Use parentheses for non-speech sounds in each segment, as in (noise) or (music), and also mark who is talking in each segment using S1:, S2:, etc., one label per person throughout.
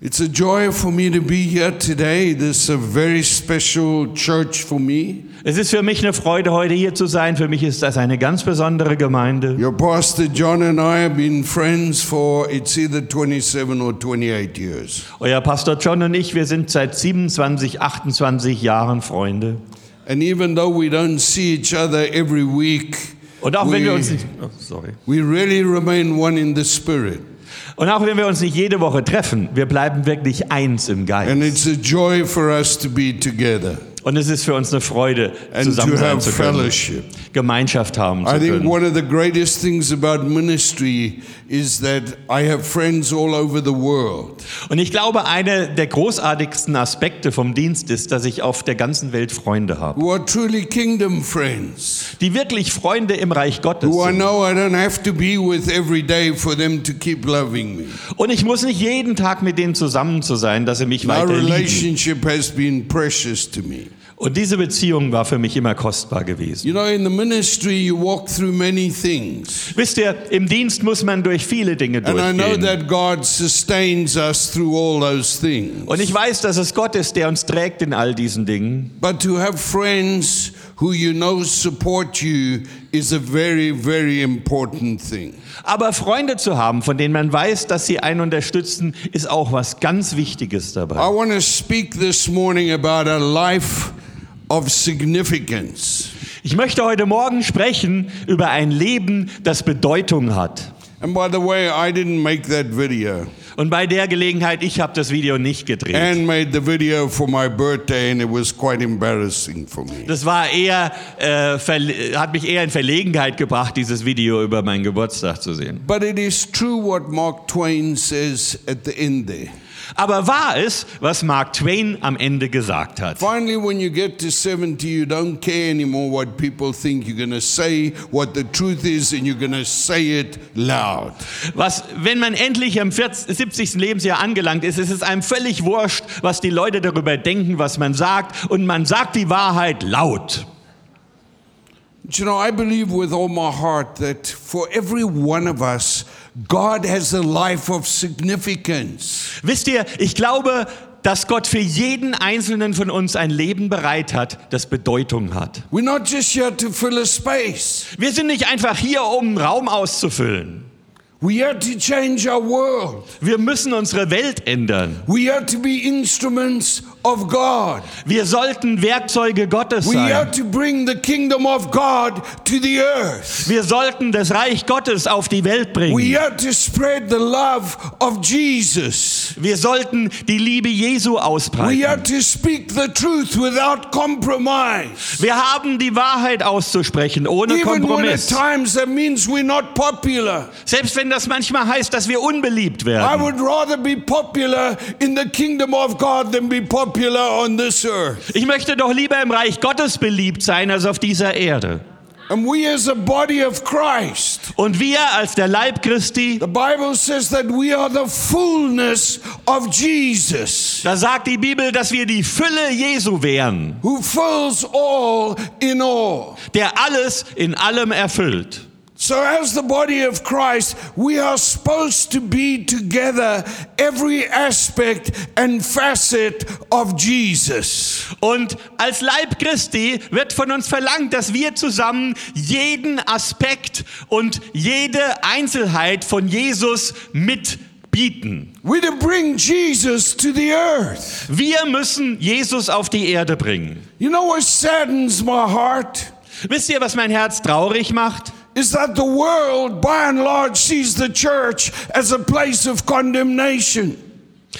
S1: It's a joy for me to be here today. This is a very special church for me.
S2: Es ist für mich eine Freude, heute hier zu sein. Für mich ist das eine ganz besondere Gemeinde.
S1: Your pastor John and I have been friends for it's either 27 or 28 years.
S2: Euer Pastor John und ich, wir sind seit 27, 28 Jahren Freunde.
S1: And even though we don't see each other every week,
S2: Und auch wenn wir uns
S1: we,
S2: nicht, oh, sorry.
S1: we really remain one in the spirit.
S2: Und auch wenn wir uns nicht jede Woche treffen, wir bleiben wirklich eins im
S1: And
S2: Geist.
S1: it's a joy for us to be together
S2: Und es ist für uns eine Freude,
S1: and
S2: zusammen
S1: to
S2: sein
S1: have
S2: zu können,
S1: fellowship.
S2: Gemeinschaft haben zu
S1: I think
S2: können.
S1: one of the greatest things about ministry is that I have friends all over the world.
S2: Und ich glaube, einer der großartigsten Aspekte vom Dienst ist, dass ich auf der ganzen Welt Freunde habe,
S1: who are truly kingdom friends,
S2: die wirklich Freunde im Reich Gottes
S1: who I
S2: sind.
S1: know I don't have to be with every day for them to keep loving me.
S2: Und ich muss nicht jeden Tag mit denen zusammen zu sein, dass sie mich
S1: Our
S2: weiter lieben.
S1: relationship has been precious to me.
S2: Und diese Beziehung war für mich immer kostbar gewesen.
S1: You know, in the ministry, you walk through many things.
S2: Wisst ihr, im Dienst muss man durch viele Dinge
S1: And I know
S2: durchgehen.
S1: that God sustains us through all those things.
S2: Und ich weiß, dass es Gott ist, der uns trägt in all diesen Dingen.
S1: But to have friends who you know support you is a very, very important thing.
S2: Aber Freunde zu haben, von denen man weiß, dass sie einen unterstützen, ist auch was ganz Wichtiges
S1: I
S2: dabei.
S1: want to speak this morning about a life of significance.
S2: Ich möchte heute Morgen sprechen über ein Leben, das Bedeutung hat.
S1: And by the way, I didn't make that video.
S2: Und bei der Gelegenheit, ich habe das Video nicht gedreht.
S1: Anne made the video for my birthday, and it was quite embarrassing for me.
S2: Das war eher, äh, verle- hat mich eher in Verlegenheit gebracht, dieses Video über meinen Geburtstag zu sehen.
S1: But it is true what Mark Twain says at the end there.
S2: Aber war es, was Mark Twain am Ende gesagt hat?
S1: Finally, when you get to 70, you don't care anymore what people think. You're going to say what the truth is, and you're going to say it loud.
S2: Was, wenn man endlich am 40, 70. Lebensjahr angelangt ist, ist es einem völlig wurscht, was die Leute darüber denken, was man sagt. Und man sagt die Wahrheit laut.
S1: But you know, I believe with all my heart that for every one of us, God has a life of significance.
S2: Wisst ihr, ich glaube, dass Gott für jeden Einzelnen von uns ein Leben bereit hat, das Bedeutung hat.
S1: We're not just here to fill a space.
S2: Wir sind nicht einfach hier, um einen Raum auszufüllen.
S1: We are to change our world.
S2: Wir müssen unsere Welt ändern.
S1: We are to be instruments of God.
S2: Wir sollten Werkzeuge Gottes
S1: We
S2: sein.
S1: are to bring the kingdom of God to the earth.
S2: Wir sollten das Reich Gottes auf die Welt bringen.
S1: We are to spread the love of Jesus.
S2: Wir sollten die Liebe Jesu
S1: We
S2: ausbreiten.
S1: are to speak the truth without compromise.
S2: Wir haben die Wahrheit auszusprechen, ohne
S1: Even when at
S2: Kompromiss.
S1: times that means we're not popular.
S2: Selbst wenn das manchmal heißt, dass wir unbeliebt
S1: I
S2: werden.
S1: would rather be popular in the kingdom of God than be popular on this earth.
S2: Ich möchte doch lieber im Reich Gottes beliebt sein als auf dieser Erde.
S1: And we as a body of Christ
S2: Und wir als der Leib Christi,
S1: The Bible says that we are the fullness of Jesus,
S2: da sagt die Bibel, dass wir die Fülle Jesu wären,
S1: who fills all in all.
S2: der alles in allem erfüllt.
S1: So, as the body of Christ, we are supposed to be together every aspect and facet of Jesus.
S2: Und als Leib Christi wird von uns verlangt, dass wir zusammen jeden Aspekt und jede Einzelheit von Jesus mitbieten.
S1: We're to bring Jesus to the earth.
S2: Wir müssen Jesus auf die Erde bringen.
S1: You know what saddens my heart?
S2: Wisst ihr, was mein Herz traurig macht?
S1: Is that the world, by and large, sees the church as a place of condemnation.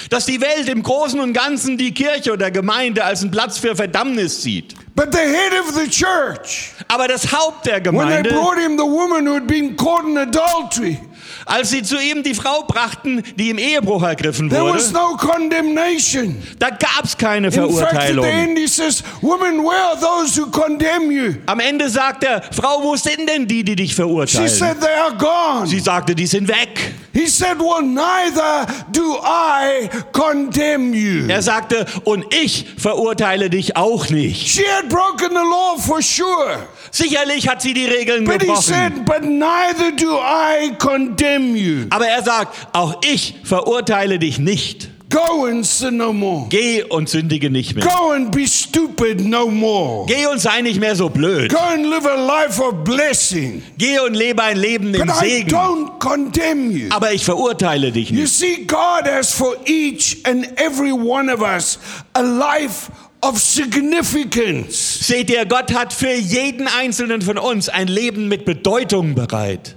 S2: Dass die Welt im Großen und Ganzen die Kirche oder Gemeinde als einen Platz für Verdammnis sieht.
S1: But the head of the church,
S2: Aber das Haupt
S1: When
S2: der
S1: they
S2: Gemeinde,
S1: brought him the woman who had been caught in adultery,
S2: als sie zu ihm die Frau brachten, die im Ehebruch ergriffen
S1: there was
S2: wurde,
S1: no condemnation.
S2: da gab es keine
S1: In fact, at the
S2: Verurteilung.
S1: end, he says, Woman, where are those who condemn you?
S2: Am Ende sagt er, Frau, wo sind denn die, die dich
S1: She
S2: verurteilen?
S1: said, They are gone.
S2: Sie sagte, die sind weg.
S1: He said, Well, neither do I condemn you.
S2: Er sagte, und ich verurteile dich auch nicht.
S1: She had broken the law for sure.
S2: Sicherlich hat sie die Regeln
S1: But he
S2: gebrochen.
S1: said, But neither do I condemn you.
S2: Aber er sagt, auch ich verurteile dich nicht.
S1: Go and sin no more.
S2: Geh und sündige nicht mehr.
S1: Go and be stupid no more.
S2: Geh und sei nicht mehr so blöd.
S1: Go and live a life of blessing.
S2: Geh und lebe ein Leben
S1: But
S2: im
S1: I
S2: Segen.
S1: don't condemn you.
S2: Aber ich verurteile dich
S1: You
S2: nicht.
S1: see, God has for each and every one of us a life of significance.
S2: Seht ihr, Gott hat für jeden einzelnen von uns ein Leben mit Bedeutung bereit.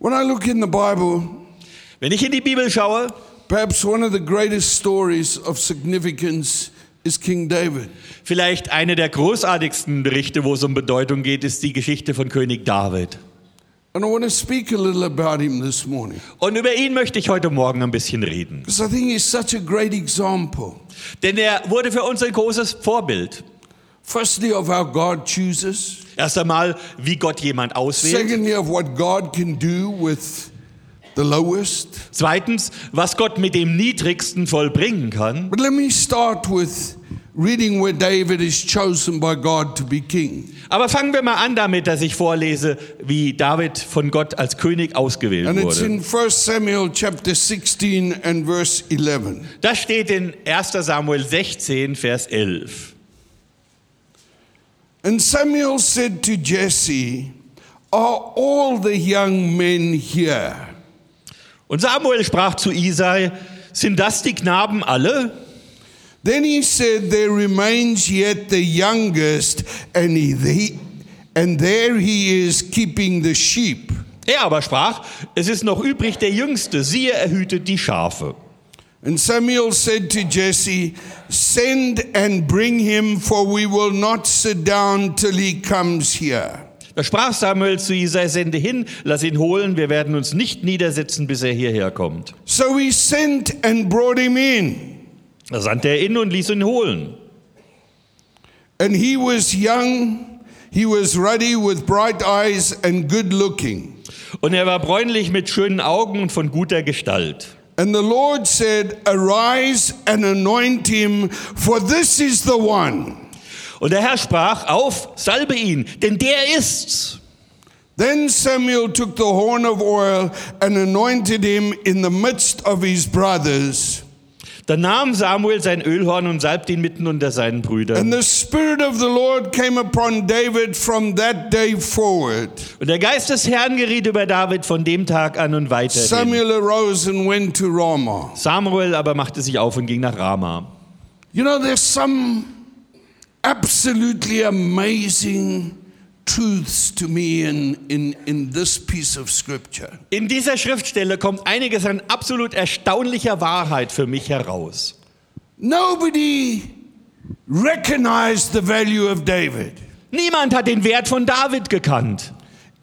S1: When I look in the Bible,
S2: Wenn ich in die Bibel schaue,
S1: perhaps one of the greatest stories of significance is King David.
S2: vielleicht eine der großartigsten Berichte, wo es um Bedeutung geht, ist die Geschichte von König David.
S1: And I want to speak a little about him this morning
S2: Und über ihn möchte ich heute Morgen ein bisschen reden.
S1: because I think he's such a great example.
S2: Denn er wurde für uns ein großes Vorbild.
S1: Firstly, of how God chooses,
S2: Erst einmal, wie Gott jemand auswählt.
S1: secondly, of what God can do with the lowest.
S2: Zweitens, was Gott mit dem Niedrigsten vollbringen kann.
S1: But let me start with reading where David is chosen by God to be king.
S2: Aber fangen wir mal an damit, dass ich vorlese, wie David von Gott als König ausgewählt
S1: And it's
S2: wurde.
S1: in 1 Samuel chapter 16 and verse 11.
S2: Das steht in 1 Samuel 16, Vers 11.
S1: And Samuel said to Jesse, Are all the young men here?
S2: Und Samuel sprach zu Isai, sind das die Knaben alle?
S1: Then he said, There remains yet the youngest, and, he, he- and there he is keeping the sheep.
S2: Er aber sprach, es ist noch übrig der Jüngste, siehe, er hütet die Schafe.
S1: And Samuel said to Jesse, Send and bring him, for we will not sit down till he comes here.
S2: Da sprach Samuel zu Isai, sende hin, lass ihn holen, wir werden uns nicht niedersetzen, bis er hierher kommt.
S1: So he sent and brought him in.
S2: Da sandte er hin und ließ ihn holen.
S1: And he was young, he was ruddy with bright eyes and good looking.
S2: Und er war bräunlich mit schönen Augen und von guter Gestalt.
S1: And the Lord said, Arise and anoint him, for this is the one.
S2: Und der Herr sprach, auf, salbe ihn, denn der ist's.
S1: Then Samuel took the horn of oil and anointed him in the midst of his brothers.
S2: Da nahm Samuel sein Ölhorn und salbte ihn mitten unter seinen
S1: And
S2: Brüdern.
S1: the Spirit of the Lord came upon David from that day forward.
S2: Und der Geist des Herrn geriet über David von dem Tag an und weiterhin.
S1: Samuel arose and went to Ramah.
S2: Samuel aber machte sich auf und ging nach Rama.
S1: You know, there's some absolutely amazing truths to me in, in, in this piece of scripture.
S2: In dieser Schriftstelle kommt einiges an absolut erstaunlicher Wahrheit für mich heraus.
S1: Nobody recognized the value of David.
S2: Niemand hat den Wert von David gekannt.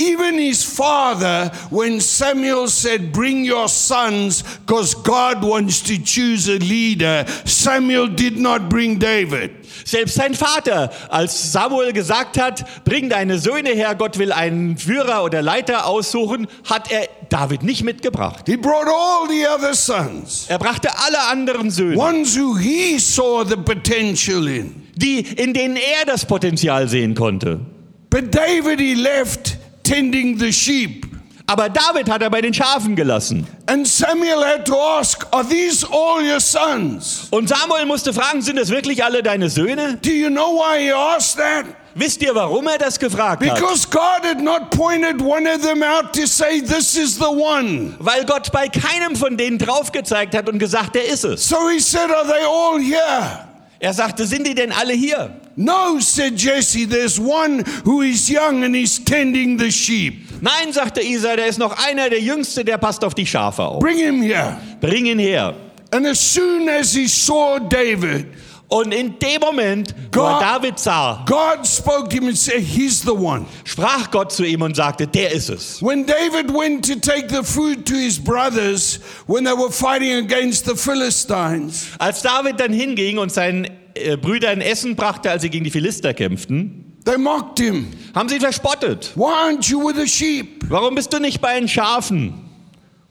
S1: Even his father, when Samuel said, Bring your sons, because God wants to choose a leader, Samuel did not bring David.
S2: Selbst sein Vater, als Samuel gesagt hat, bring deine Söhne her, Gott will einen Führer oder Leiter aussuchen, hat er David nicht mitgebracht.
S1: He brought all the other sons,
S2: Er brachte alle anderen Söhne,
S1: ones who he saw the potential in.
S2: die, in denen er das Potenzial sehen konnte.
S1: But David, he left tending the sheep.
S2: Aber David hat er bei den Schafen gelassen.
S1: And Samuel had to ask, Are these all your sons?
S2: Und Samuel musste fragen, sind das wirklich alle deine Söhne?
S1: Do you know why he asked that?
S2: Wisst ihr, warum er das gefragt hat?
S1: Because God had not pointed one of them out to say, This is the one.
S2: Weil Gott bei keinem von denen draufgezeigt hat und gesagt, der ist es.
S1: So he said, Are they all here?
S2: Er sagte, sind die denn alle hier?
S1: No, said Jesse, there's one who is young and he's tending the sheep.
S2: Nein, sagte Isa, da ist noch einer, der Jüngste, der passt auf die Schafe auf.
S1: Bring him here.
S2: Bring ihn her.
S1: And as soon as he saw David,
S2: Und in dem Moment, wo er
S1: Gott-
S2: David sah,
S1: God spoke to him and said, He's the one.
S2: sprach Gott zu ihm und sagte, der ist es.
S1: When David went to take the food to his brothers when they were fighting against the Philistines,
S2: Als David dann hinging und seinen äh, Brüdern Essen brachte, als sie gegen die Philister kämpften,
S1: they mocked him.
S2: haben sie ihn verspottet.
S1: Why aren't you with the sheep?
S2: Warum bist du nicht bei den Schafen?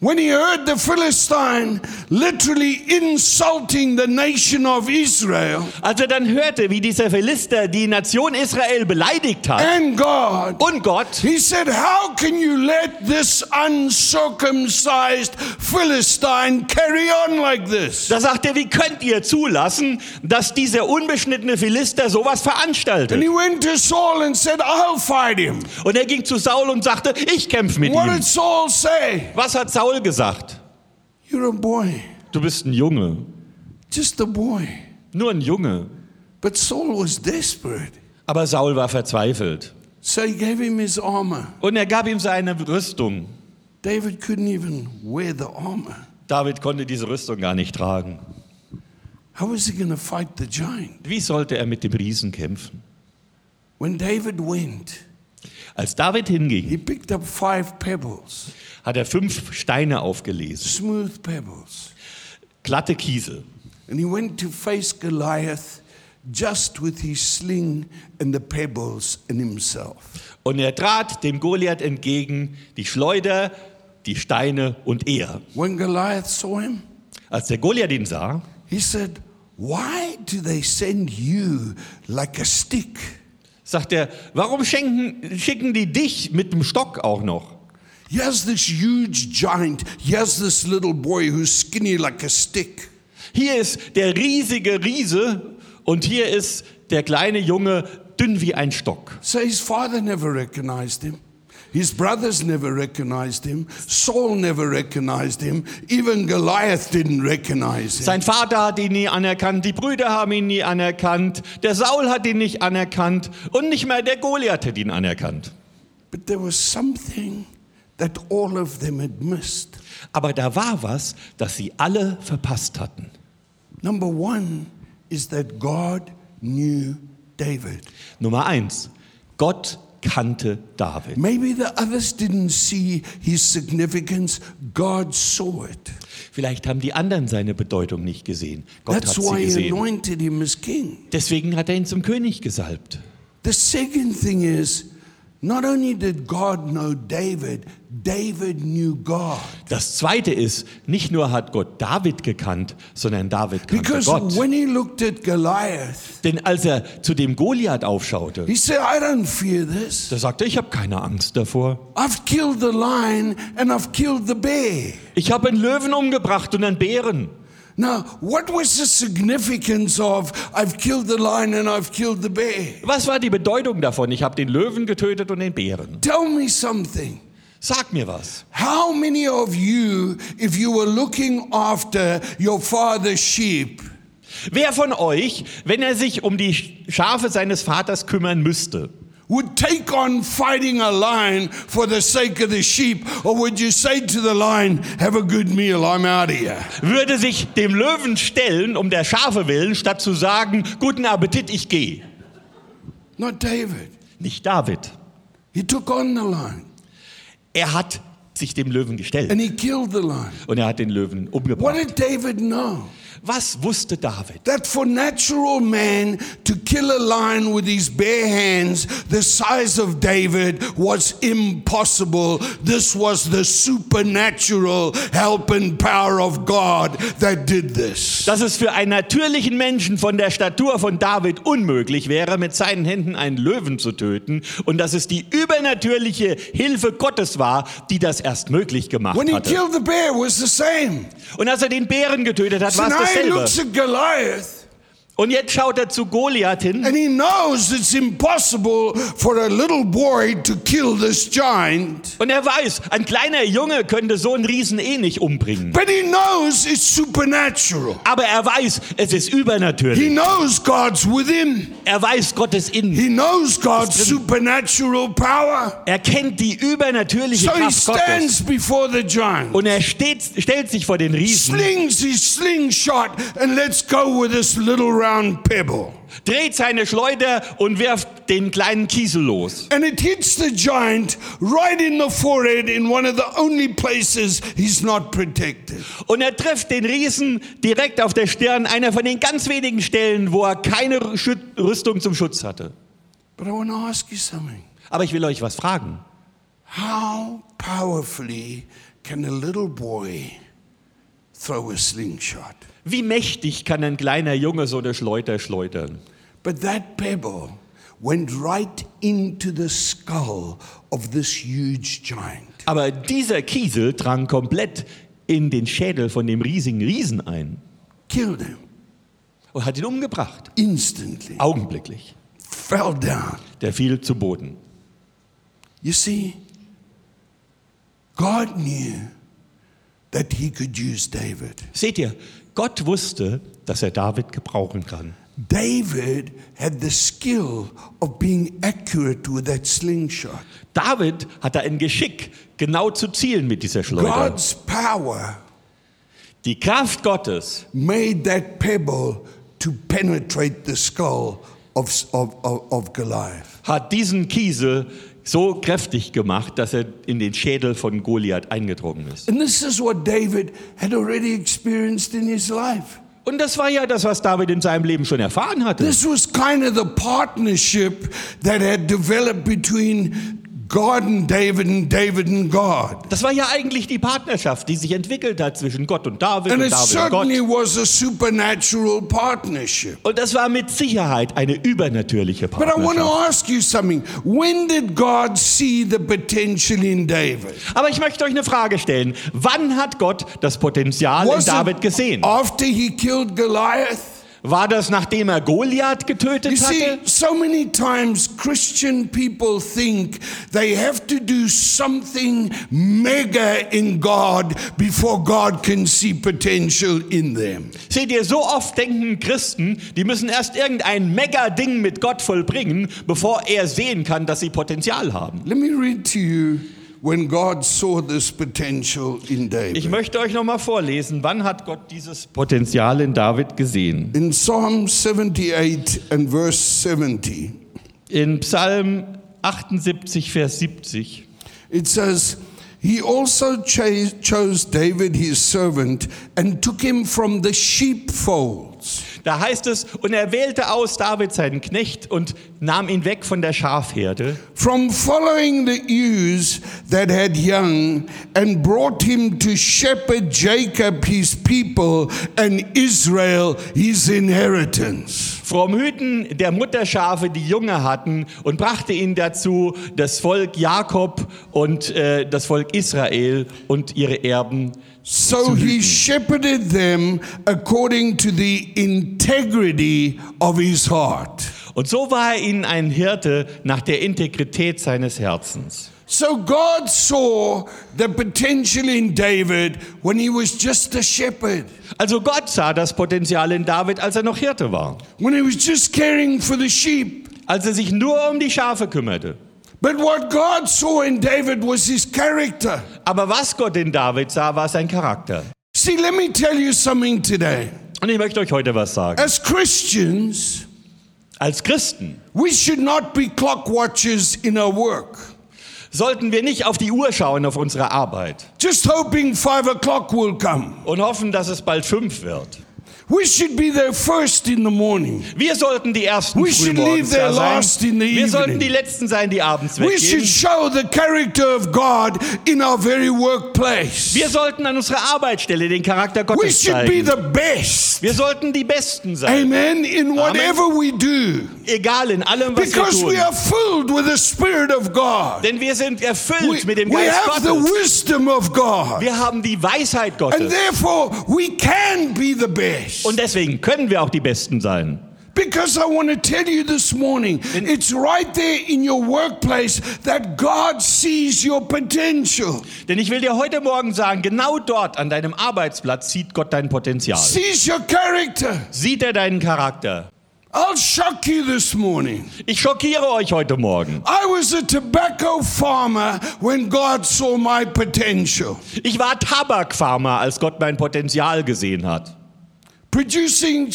S1: When he heard the Philistine literally insulting the nation of Israel
S2: Als er dann hörte, wie dieser Philister die Nation Israel beleidigt hat
S1: and God,
S2: und Gott,
S1: he said, How can you let this uncircumcised Philistine carry on like this?
S2: da sagt er, wie könnt ihr zulassen, dass dieser unbeschnittene Philister sowas
S1: And
S2: veranstaltet?
S1: he went to Saul and said, I'll fight him.
S2: Und er ging zu Saul und sagte, ich kämpfe mit
S1: What
S2: ihm.
S1: did Saul say?
S2: Was hat Saul gesagt?
S1: You're a boy,
S2: Du bist ein Junge,
S1: just a boy.
S2: nur ein Junge.
S1: But Saul was desperate.
S2: Aber Saul war verzweifelt.
S1: So he gave him his armor.
S2: Und er gab ihm seine Rüstung.
S1: David couldn't even wear the armor.
S2: David konnte diese Rüstung gar nicht tragen.
S1: How was he going to fight the giant?
S2: Wie sollte er mit dem Riesen kämpfen?
S1: When David went,
S2: Als David hinging,
S1: he picked up five pebbles,
S2: hat er fünf Steine aufgelesen,
S1: smooth pebbles,
S2: glatte Kiesel.
S1: and he went to face Goliath just with his sling and the pebbles and himself.
S2: Und er trat dem Goliath entgegen, die Schleuder, die Steine und er.
S1: When Goliath saw him,
S2: Als der Goliath ihn sah,
S1: he said, Why do they send you like a stick?
S2: sagt er, warum schenken, schicken die dich mit dem Stock auch noch?
S1: Here's this huge giant. Here's this little boy who's skinny like a stick.
S2: Hier ist der riesige Riese und hier ist der kleine Junge, dünn wie ein Stock.
S1: So his father never recognized him. His brothers never recognized him. Saul never recognized him. Even Goliath didn't recognize him.
S2: Sein Vater hat ihn nie anerkannt, die Brüder haben ihn nie anerkannt, der Saul hat ihn nicht anerkannt und nicht mal der Goliath hat ihn anerkannt.
S1: But there was something that all of them had missed.
S2: Aber da war was, das sie alle verpasst hatten.
S1: Number one is that God knew David.
S2: Nummer eins, Gott kannte David.
S1: Maybe the others didn't see his significance. God saw it.
S2: Vielleicht haben die anderen seine Bedeutung nicht gesehen. Gott
S1: That's
S2: hat sie
S1: why he
S2: gesehen.
S1: anointed him as king.
S2: Deswegen hat er ihn zum König gesalbt.
S1: The second thing is, not only did God know David, David knew God.
S2: Das zweite ist, nicht nur hat Gott David gekannt, sondern David kannte
S1: Because
S2: Gott.
S1: when he looked at Goliath,
S2: Denn als er zu dem Goliath aufschaute,
S1: he said, I don't fear this.
S2: da sagte er, ich habe keine Angst davor.
S1: I've killed the lion and I've killed the bear.
S2: Ich habe einen Löwen umgebracht und einen Bären.
S1: Now, what was the significance of I've killed the lion and I've killed the bear?
S2: Was war die Bedeutung davon? Ich habe den Löwen getötet und den Bären.
S1: Tell me something.
S2: Sag mir was.
S1: How many of you, if you were looking after your father's sheep,
S2: Wer von euch, wenn er sich um die Schafe seines Vaters kümmern müsste,
S1: would take on fighting a lion for the sake of the sheep, or would you say to the lion, Have a good meal, I'm out of here?
S2: würde sich dem Löwen stellen, um der Schafe willen, statt zu sagen, guten Appetit, ich gehe.
S1: Not David.
S2: Nicht David.
S1: He took on the lion
S2: Er hat sich dem Löwen gestellt
S1: and he killed the lion.
S2: und er hat den Löwen
S1: What
S2: umgebracht.
S1: did David know?
S2: Was wusste David?
S1: That for natural man to kill a lion with his bare hands, the size of David, was impossible. This was the supernatural help and power of God that did this.
S2: Dass es für einen natürlichen Menschen von der Statur von David unmöglich wäre, mit seinen Händen einen Löwen zu töten und dass es die übernatürliche Hilfe Gottes war, die das erst möglich gemacht
S1: When he
S2: hatte.
S1: killed the bear, it was the same.
S2: Und als er den Bären getötet hat,
S1: So
S2: war es
S1: now he
S2: dasselbe.
S1: looks at Goliath
S2: Und jetzt schaut er zu Goliath hin
S1: and he knows it's impossible for a little boy to kill this giant.
S2: Und er weiß, ein kleiner Junge könnte so einen Riesen eh nicht umbringen.
S1: But he knows it's supernatural.
S2: Aber er weiß, es ist
S1: He
S2: übernatürlich.
S1: knows God's with him.
S2: Er weiß Gottes Innen.
S1: He knows God's supernatural power.
S2: Er kennt die übernatürliche
S1: So he
S2: Kraft Gottes.
S1: stands before the giant,
S2: Und er steht, stellt sich vor den Riesen,
S1: slings his slingshot, and let's go with this little round pebble.
S2: dreht seine Schleuder und wirft den kleinen Kiesel los.
S1: And it hits the giant right in the forehead in one of the only places he's not protected.
S2: Und er trifft den Riesen direkt auf der Stirn, einer von den ganz wenigen Stellen, wo er keine Schü- Rüstung zum Schutz hatte.
S1: But I want to ask you something.
S2: Aber ich will euch was fragen.
S1: How powerfully Can a little boy throw a slingshot?
S2: Wie mächtig kann ein kleiner Junge so eine Schleuder schleudern?
S1: But that pebble went right into the skull of this huge giant.
S2: Aber dieser Kiesel drang komplett in den Schädel von dem riesigen Riesen ein
S1: Killed him
S2: und hat ihn umgebracht.
S1: instantly.
S2: Augenblicklich.
S1: Fell down.
S2: Der fiel zu Boden.
S1: You see, God knew that he could use David.
S2: Seht ihr, Gott wusste, dass er David gebrauchen kann.
S1: David had the skill of being accurate with that slingshot.
S2: David hatte ein Geschick, genau zu zielen mit dieser Schleuder.
S1: God's power
S2: Die Kraft Gottes
S1: made that pebble to penetrate the skull of, of, of, of Goliath.
S2: hat diesen Kiesel so kräftig gemacht, dass er in den Schädel von Goliath eingedrungen ist.
S1: And this is what David had already experienced in his life.
S2: Und das war ja das, was David in seinem Leben schon erfahren hatte.
S1: This was kind of the partnership that had developed between God and David and David and God.
S2: Das war ja eigentlich die Partnerschaft, die sich entwickelt hat zwischen Gott und David
S1: And
S2: und
S1: it
S2: David und Gott.
S1: certainly was a supernatural partnership.
S2: Und das war mit Sicherheit eine übernatürliche
S1: But I want to
S2: Partnerschaft.
S1: ask you something. When did God see the potential in David?
S2: Aber ich möchte euch eine Frage stellen. Wann hat Gott das Potenzial in
S1: Was
S2: David
S1: it
S2: gesehen?
S1: after he killed Goliath?
S2: War das, nachdem er Goliath
S1: You
S2: getötet hatte?
S1: see, so many times Christian people think they have to do something mega in God before God can see potential in them.
S2: Seht ihr, so oft denken Christen, die müssen erst irgendein Mega-Ding mit Gott vollbringen, bevor er sehen kann, dass sie Potenzial haben.
S1: Let me read to you when God saw this potential in
S2: Ich
S1: David.
S2: möchte euch nochmal vorlesen, wann hat Gott dieses Potenzial in David gesehen?
S1: In Psalm 78 and verse 70,
S2: In Psalm 78, Vers 70.
S1: it says, He also cha- chose David his servant and took him from the sheepfolds.
S2: Da heißt es, und er wählte aus David seinen Knecht und nahm ihn weg von der Schafherde
S1: from following the ewes that had young, and brought him to shepherd Jacob his people and Israel his inheritance.
S2: vom Hüten der Mutterschafe, die Junge hatten, und brachte ihn dazu, das Volk Jakob und äh, das Volk Israel und ihre Erben.
S1: So he shepherded them according to the integrity of his heart.
S2: Und so war er ihnen ein Hirte nach der Integrität seines Herzens.
S1: So God saw the potential in David when he was just a shepherd,
S2: Also Gott sah das Potenzial in David, als er noch Hirte war,
S1: when he was just caring for the sheep.
S2: als er sich nur um die Schafe kümmerte.
S1: But what God saw in David was his character.
S2: Aber was Gott in David sah, war sein Charakter.
S1: See, let me tell you something today.
S2: Und ich möchte euch heute was sagen.
S1: As Christians,
S2: Als Christen
S1: we should not be clock watchers in our work,
S2: sollten wir nicht auf die Uhr schauen auf unsere Arbeit
S1: just hoping five o'clock will come.
S2: und hoffen, dass es bald fünf wird.
S1: We should be there first in the morning.
S2: Wir sollten die ersten
S1: We should leave
S2: frühmorgens
S1: there
S2: da
S1: last in
S2: sein.
S1: the
S2: Wir sollten
S1: evening.
S2: die letzten sein, die abends
S1: We should
S2: weggehen.
S1: show the character of God in our very workplace.
S2: Wir sollten an unserer Arbeitsstelle den Charakter
S1: We
S2: Gottes
S1: should be
S2: zeigen.
S1: the best.
S2: Wir sollten die Besten sein,
S1: Amen. In whatever we do.
S2: egal in allem, was wir
S1: Because we are
S2: tun.
S1: filled with the Spirit of God.
S2: Denn wir sind
S1: We,
S2: erfüllt mit dem
S1: we
S2: Geist
S1: have the
S2: Gottes.
S1: wisdom of God.
S2: Wir haben die Weisheit
S1: And
S2: Gottes.
S1: therefore, we can be the best.
S2: Und deswegen können wir auch die Besten sein.
S1: Because I want to tell you this morning, it's right there in your workplace that God sees your potential,
S2: Denn ich will dir heute Morgen sagen, genau dort an deinem Arbeitsplatz sieht Gott dein Potenzial.
S1: sees your character.
S2: Sieht er deinen Charakter?
S1: I'll shock you this morning.
S2: Ich schockiere euch heute Morgen.
S1: I was a tobacco farmer when God saw my potential,
S2: Ich war Tabakfarmer, als Gott mein Potenzial gesehen hat.
S1: producing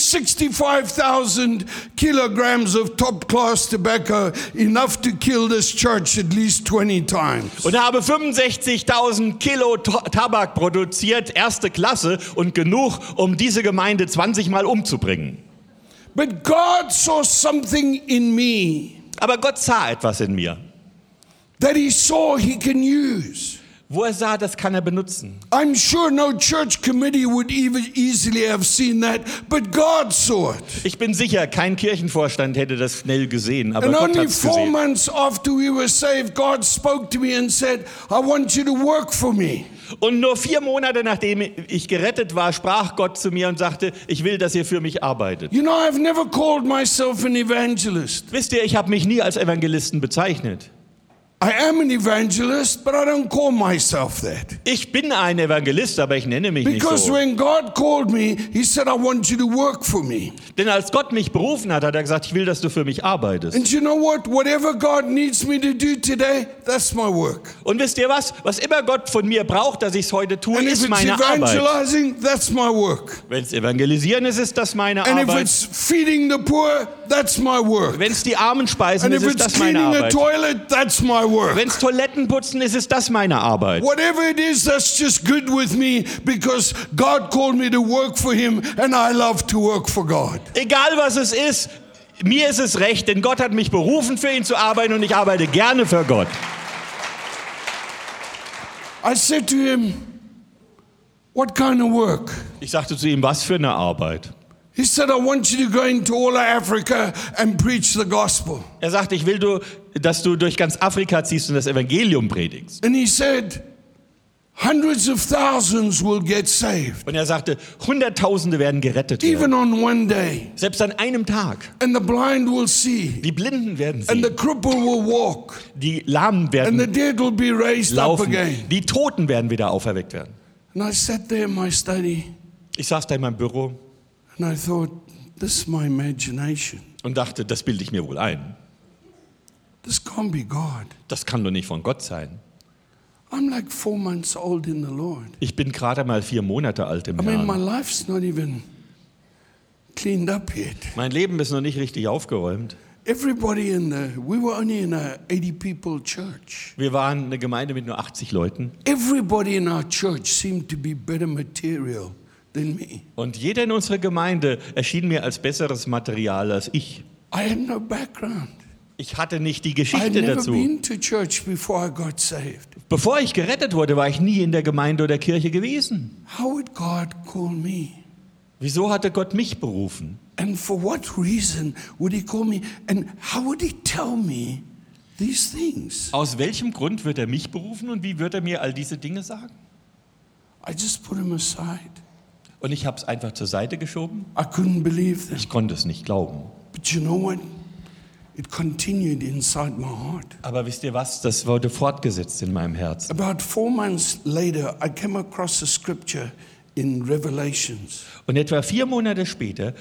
S1: 65,000 kilograms of top class tobacco, enough to kill this church at least 20 times.
S2: Und habe 65.000 Kilo To- Tabak produziert, erste Klasse und genug, um diese Gemeinde 20 Mal umzubringen.
S1: But God saw something in me
S2: Aber Gott sah etwas in mir,
S1: that He saw He can use.
S2: Wo er sah, das kann er benutzen.
S1: I'm sure no church committee would even easily have seen that, but God saw it.
S2: Ich bin sicher, kein Kirchenvorstand hätte das schnell gesehen, aber
S1: And
S2: Gott
S1: only
S2: hat es
S1: four
S2: gesehen.
S1: months after we were saved, God spoke to me and said, I want you to work for me.
S2: Und nur vier Monate nachdem ich gerettet war, sprach Gott zu mir und sagte, ich will, dass ihr für mich arbeitet.
S1: You know, I've never called myself an evangelist.
S2: Wisst ihr, ich habe mich nie als Evangelisten bezeichnet.
S1: I am an evangelist, but I don't call myself that.
S2: Ich bin ein Evangelist, aber ich nenne mich nicht
S1: Because
S2: so.
S1: when God called me, He said, I want you to work for me.
S2: Denn als Gott mich berufen hat, hat er gesagt, ich will, dass du für mich arbeitest.
S1: And you know what? Whatever God needs me to do today, that's my work.
S2: Und wisst ihr was? Was immer Gott von mir braucht, dass ich es heute tue,
S1: And if
S2: ist
S1: it's
S2: meine Arbeit.
S1: evangelizing, that's my work.
S2: Wenn es evangelisieren ist, ist das meine
S1: And if
S2: Arbeit.
S1: it's feeding the poor, that's my work.
S2: Wenn es die Armen speisen
S1: And
S2: ist,
S1: if
S2: ist
S1: it's
S2: das meine
S1: cleaning a
S2: Arbeit.
S1: toilet, that's my work.
S2: Wenn es Toiletten putzen ist, ist das meine Arbeit.
S1: Whatever it is, that's just good with me because God called me to work for Him and I love to work for God.
S2: Egal was es ist, mir ist es recht, denn Gott hat mich berufen, für ihn zu arbeiten und ich arbeite gerne für Gott.
S1: I said to Him, What kind of work?
S2: Ich sagte zu ihm, was für eine Arbeit.
S1: He said, I want you to go into all of Africa and preach the gospel.
S2: Er sagte, ich will, du, dass du durch ganz Afrika ziehst und das Evangelium predigst.
S1: And He said, Hundreds of thousands will get saved,
S2: Und er sagte, Hunderttausende werden gerettet werden.
S1: even on one day,
S2: Selbst an einem Tag.
S1: and the blind will see.
S2: Die Blinden werden
S1: And
S2: sehen.
S1: the cripple will walk,
S2: Die Lahmen
S1: and the
S2: werden
S1: dead will be raised up again.
S2: laufen. Die Toten werden wieder auferweckt werden.
S1: And I sat there in my study
S2: Ich saß da in meinem Büro
S1: and I thought, this is my imagination.
S2: und dachte, das bilde ich mir wohl ein.
S1: This can't be God.
S2: Das kann doch nicht von Gott sein.
S1: I'm like four months old in the Lord.
S2: Ich bin gerade mal vier Monate alt im
S1: I mean, my
S2: Herrn.
S1: life's not even cleaned up yet.
S2: Mein Leben ist noch nicht richtig aufgeräumt.
S1: Everybody in the, we were only in a 80 people church.
S2: Wir waren eine Gemeinde mit nur 80 Leuten
S1: Everybody in our church seemed to be better material than me.
S2: und jeder in unserer Gemeinde erschien mir als besseres Material als ich.
S1: I had no background.
S2: Ich hatte nicht die
S1: I had
S2: Geschichte
S1: never
S2: dazu.
S1: been to church before I got saved.
S2: Bevor ich gerettet wurde, war ich nie in der Gemeinde oder Kirche gewesen.
S1: How would God call me?
S2: Wieso hatte Gott mich berufen?
S1: And for what reason would He call me? And how would He tell me these things?
S2: Aus welchem Grund wird er mich berufen und wie wird er mir all diese Dinge sagen?
S1: I just put Him aside.
S2: Und ich habe es einfach zur Seite geschoben.
S1: I couldn't believe this.
S2: Ich konnte es nicht glauben.
S1: But you know what? It continued inside my heart.
S2: Aber wisst ihr was? Das wurde fortgesetzt in meinem Herzen.
S1: About four months later, I came across a scripture in Revelations.
S2: Und etwa vier Monate später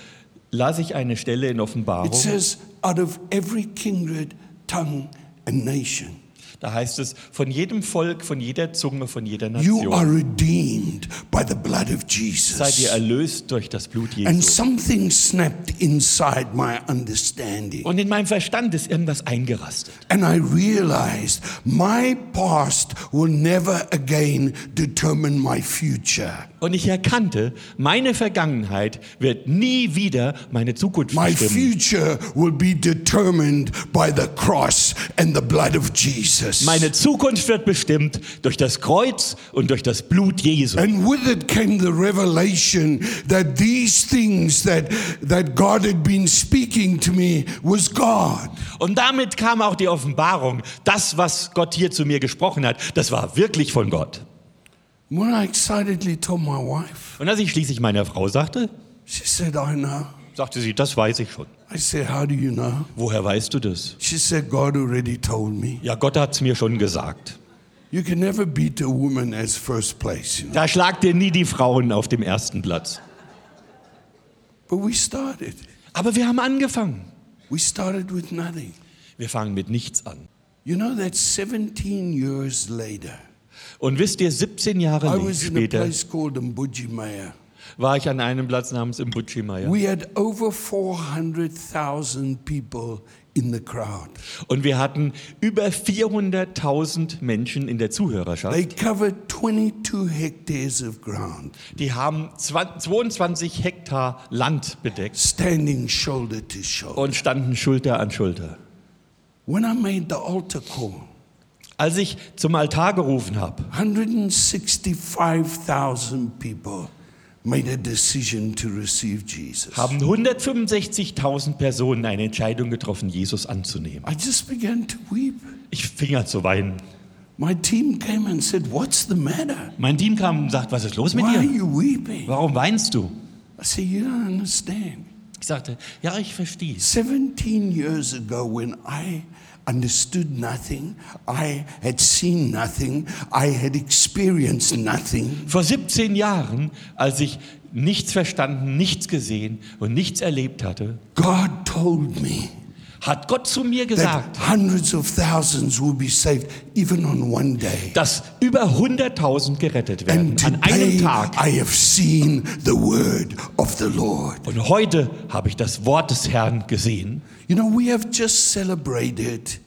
S2: las ich eine Stelle in Offenbarung.
S1: It says, out of every kindred, tongue, and nation,
S2: Da heißt es, von jedem Volk, von jeder Zunge, von jeder
S1: you are
S2: Nation
S1: redeemed by the blood of
S2: seid ihr
S1: Jesus.
S2: erlöst durch das Blut
S1: And
S2: Jesu.
S1: something snapped inside my understanding.
S2: Und in meinem Verstand ist irgendwas eingerastet.
S1: And I realized my past will never again determine my future.
S2: Und ich erkannte, meine Vergangenheit wird nie wieder meine Zukunft
S1: My
S2: bestimmen.
S1: future will be determined by the cross and the blood of Jesus.
S2: Meine Zukunft wird bestimmt durch das Kreuz und durch das Blut Jesu.
S1: And with it came the revelation that these things that, that God had been speaking to me was God.
S2: Und damit kam auch die Offenbarung. Das, was Gott hier zu mir gesprochen hat, das war wirklich von Gott.
S1: When I excitedly told my wife,
S2: Und als ich schließlich meiner Frau sagte,
S1: she said, I know.
S2: sagte sie, das weiß ich schon.
S1: I said, How do you know?
S2: Woher weißt du das?
S1: She said, God already told me.
S2: Ja, Gott hat's mir schon gesagt.
S1: You can never beat a woman as first place, you know.
S2: Da schlagt dir nie die Frauen auf dem ersten Platz.
S1: But we started.
S2: Aber wir haben angefangen.
S1: We started with nothing.
S2: Wir fangen mit nichts an.
S1: You know that 17 years later,
S2: Und wisst ihr, 17 Jahre
S1: I
S2: li-
S1: was in a
S2: später
S1: place called Mbujimaya.
S2: war ich an einem Platz namens Imbuchimaya.
S1: We had over 400,000 people in the crowd.
S2: Und wir hatten über 400.000 Menschen in der
S1: They
S2: Zuhörerschaft.
S1: covered 22 hectares of ground,
S2: Die haben 20 22 Hektar Land bedeckt
S1: standing shoulder to shoulder.
S2: und standen Schulter an Schulter.
S1: When I made the altar call,
S2: Als ich zum Altar gerufen habe,
S1: 165,000 people made a decision to receive Jesus.
S2: haben 165.000 Personen eine Entscheidung getroffen, Jesus anzunehmen.
S1: I just began to weep.
S2: Ich fing an zu weinen.
S1: My team came and said, What's the matter?
S2: Mein Team kam und sagt, was ist los mit
S1: Why are
S2: dir?
S1: you weeping?
S2: Warum weinst du?
S1: I said, You don't understand.
S2: Ich sagte, ja, ich verstehe.
S1: 17 years ago, when I understood nothing, I had seen nothing, I had experienced nothing,
S2: Vor 17 Jahren, als ich nichts verstanden, nichts gesehen und nichts erlebt hatte,
S1: God told me
S2: hat Gott zu mir
S1: that
S2: gesagt,
S1: hundreds of thousands will be saved even on one day.
S2: dass über 100.000 gerettet werden
S1: And
S2: an
S1: today
S2: einem Tag.
S1: I have seen the word of the Lord.
S2: Und heute habe ich das Wort des Herrn gesehen.
S1: You know, we have just celebrated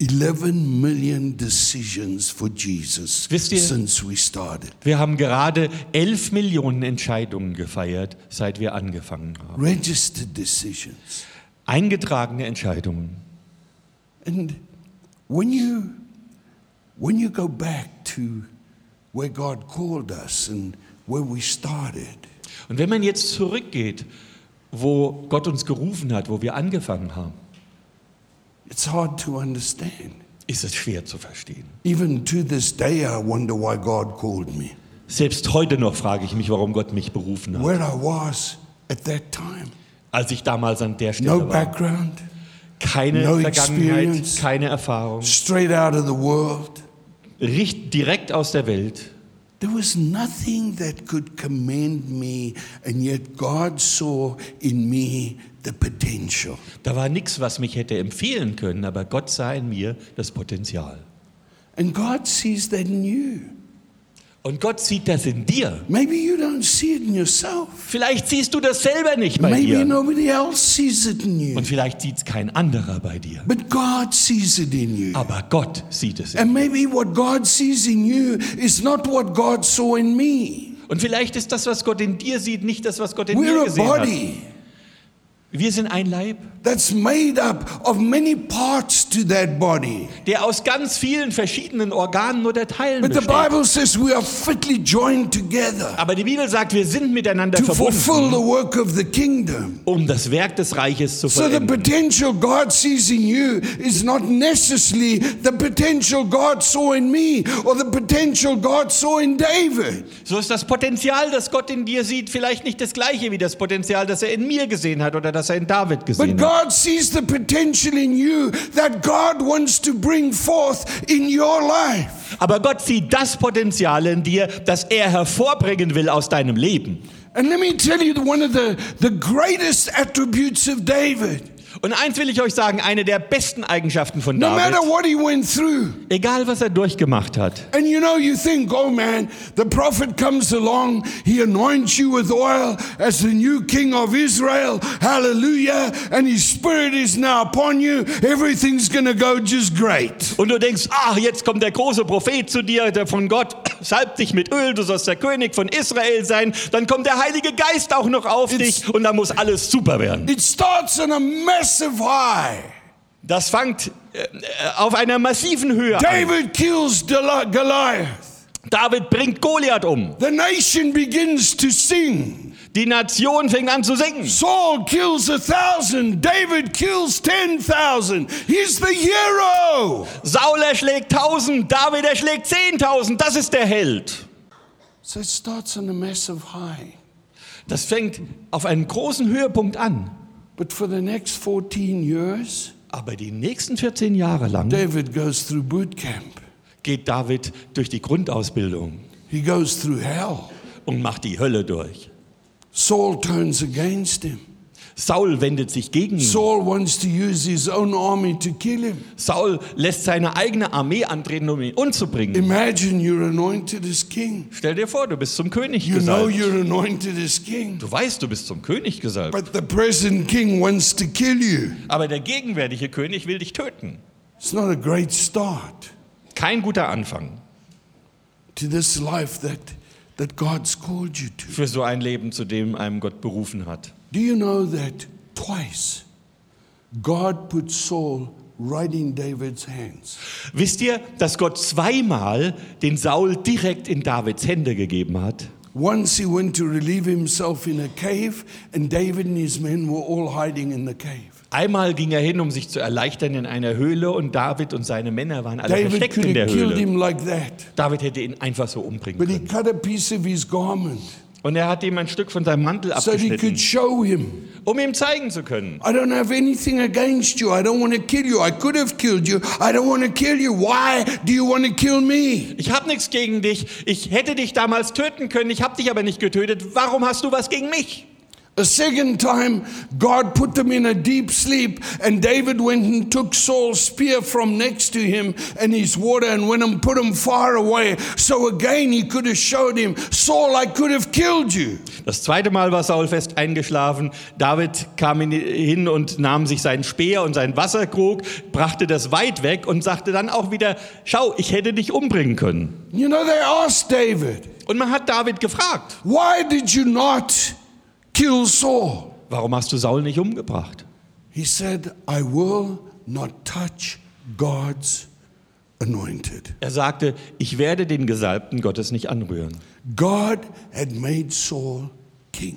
S1: 11 million decisions for Jesus
S2: Wisst ihr-
S1: since we started.
S2: Wir haben gerade 11 Millionen Entscheidungen gefeiert, seit wir angefangen haben.
S1: Registered decisions.
S2: Eingetragene Entscheidungen.
S1: And when you when you go back to where God called us and where we started,
S2: Und wenn man jetzt zurückgeht, wo Gott uns gerufen hat, wo wir angefangen haben,
S1: it's hard to understand.
S2: ist es schwer zu verstehen.
S1: Even to this day I wonder why God called me.
S2: Selbst heute noch frage ich mich, warum Gott mich berufen hat.
S1: Where I was at that time.
S2: Als ich damals an der Stelle
S1: No
S2: war.
S1: background,
S2: Keine
S1: no
S2: Vergangenheit,
S1: experience.
S2: keine Erfahrung.
S1: straight out of the world.
S2: Richt direkt aus der Welt.
S1: There was nothing that could commend me, and yet God saw in me the potential.
S2: Da war nichts, was mich hätte empfehlen können, aber Gott sah in mir das Potenzial.
S1: And God sees that in you.
S2: Und Gott sieht das in dir.
S1: Maybe you don't see it in yourself.
S2: Vielleicht siehst du das selber nicht bei
S1: Maybe
S2: dir.
S1: nobody else sees it in you.
S2: Und vielleicht sieht es kein anderer bei dir.
S1: But God sees it in you.
S2: Aber Gott sieht es. in
S1: And maybe what God sees in you is not what God saw in me.
S2: dir. Und vielleicht ist das, was Gott in dir sieht, nicht das, was Gott in mir
S1: We're a
S2: gesehen hat.
S1: body
S2: Wir sind ein Leib,
S1: that's made up of many parts to that body.
S2: der aus ganz vielen verschiedenen Organen oder Teilen
S1: But the
S2: besteht.
S1: Bible says we are fitly joined together.
S2: Aber die Bibel sagt, wir sind miteinander
S1: to fulfill
S2: verbunden,
S1: the work of the kingdom.
S2: um das Werk des Reiches zu
S1: So the
S2: vollenden.
S1: potential God sees in you is not necessarily the potential God saw in me or the potential God saw in David.
S2: So ist das Potenzial, das Gott in dir sieht, vielleicht nicht das gleiche wie das Potenzial, das er in mir gesehen hat oder das er in David
S1: But
S2: gesehen hat.
S1: God sees the potential in you that God wants to bring forth in your life.
S2: Aber Gott sieht das Potenzial in dir, das er hervorbringen will aus deinem Leben.
S1: And let me tell you that one of the, the greatest attributes of David.
S2: Und eins will ich euch sagen, eine der besten Eigenschaften von
S1: No matter
S2: David,
S1: what he went through,
S2: egal was er durchgemacht hat,
S1: And you know, you think, oh man, the prophet comes along, he anoints you with oil as the new king of Israel, hallelujah, and his spirit is now upon you, everything's gonna go just great.
S2: Und du denkst, ach, jetzt kommt der große Prophet zu dir, der von Gott (clears throat) salbt dich mit Öl, du sollst der König von Israel sein. Dann kommt der Heilige Geist auch noch auf
S1: It's-
S2: dich und dann muss alles super werden.
S1: It starts on a massive high.
S2: Das fängt äh, auf einer massiven Höhe an.
S1: David kills Del- Goliath.
S2: David bringt Goliath um.
S1: The nation begins to sing.
S2: Die Nation fing an zu singen.
S1: Saul kills a thousand. David kills 10,000. He's the hero.
S2: Saul erschlägt 1000, David erschlägt 10.000. Das ist der Held.
S1: So it starts on a massive high.
S2: Das fängt auf einen großen Höhepunkt an.
S1: But for the next 14 years,
S2: Aber die nächsten 14 Jahre lang
S1: David goes through boot camp.
S2: geht David durch die Grundausbildung
S1: He goes through hell.
S2: und macht die Hölle durch.
S1: Saul turns against him.
S2: Saul wendet sich gegen ihn.
S1: Saul wants to use his own army to kill him.
S2: Saul lässt seine eigene Armee antreten, um ihn umzubringen.
S1: Imagine you're anointed as king.
S2: Stell dir vor, du bist zum König
S1: You know
S2: gesalbt.
S1: you're anointed as king.
S2: Du weißt, du bist zum König gesalbt.
S1: But the present king wants to kill you.
S2: Aber der gegenwärtige König will dich töten.
S1: It's not a great start
S2: Kein guter Anfang
S1: to this life that, that God's called you to.
S2: für so ein Leben, zu dem einem Gott berufen hat.
S1: Do you know that twice God put Saul right in David's hands.
S2: Wisst ihr, dass Gott zweimal den Saul direkt in Davids Hände gegeben hat?
S1: Once he went to relieve himself in a cave, and David and his men were all hiding in the cave.
S2: Einmal ging er hin, um sich zu erleichtern in einer Höhle und David und seine Männer waren alle
S1: David
S2: versteckt
S1: could
S2: in der
S1: have killed
S2: Höhle.
S1: him like that,
S2: David hätte ihn einfach so umbringen
S1: but he
S2: können.
S1: cut a piece of his garment
S2: Und er hat ihm ein Stück von seinem Mantel
S1: so he
S2: abgeschnitten,
S1: could show him.
S2: um ihm zeigen zu können.
S1: I don't have anything against you. I don't want to kill you. I could have killed you. I don't want to kill you. Why do you want to kill me?
S2: Ich habe nichts gegen dich. Ich hätte dich damals töten können. Ich habe dich aber nicht getötet. Warum hast du was gegen mich?
S1: A second time, God put them in a deep sleep, and David went and took Saul's spear from next to him and his water and went and put him far away. So again, he could have showed him, Saul, I could have killed you.
S2: Das zweite Mal war Saul fest eingeschlafen. David kam in- hin und nahm sich seinen Speer und seinen Wasserkrug, brachte das weit weg und sagte dann auch wieder, schau, ich hätte dich umbringen können.
S1: You know, they asked David,
S2: Und man hat David gefragt,
S1: Why did you not kill Saul?
S2: warum hast du Saul nicht umgebracht?
S1: He said, I will not touch God's anointed.
S2: Er sagte, ich werde den Gesalbten Gottes nicht anrühren.
S1: God had made Saul king.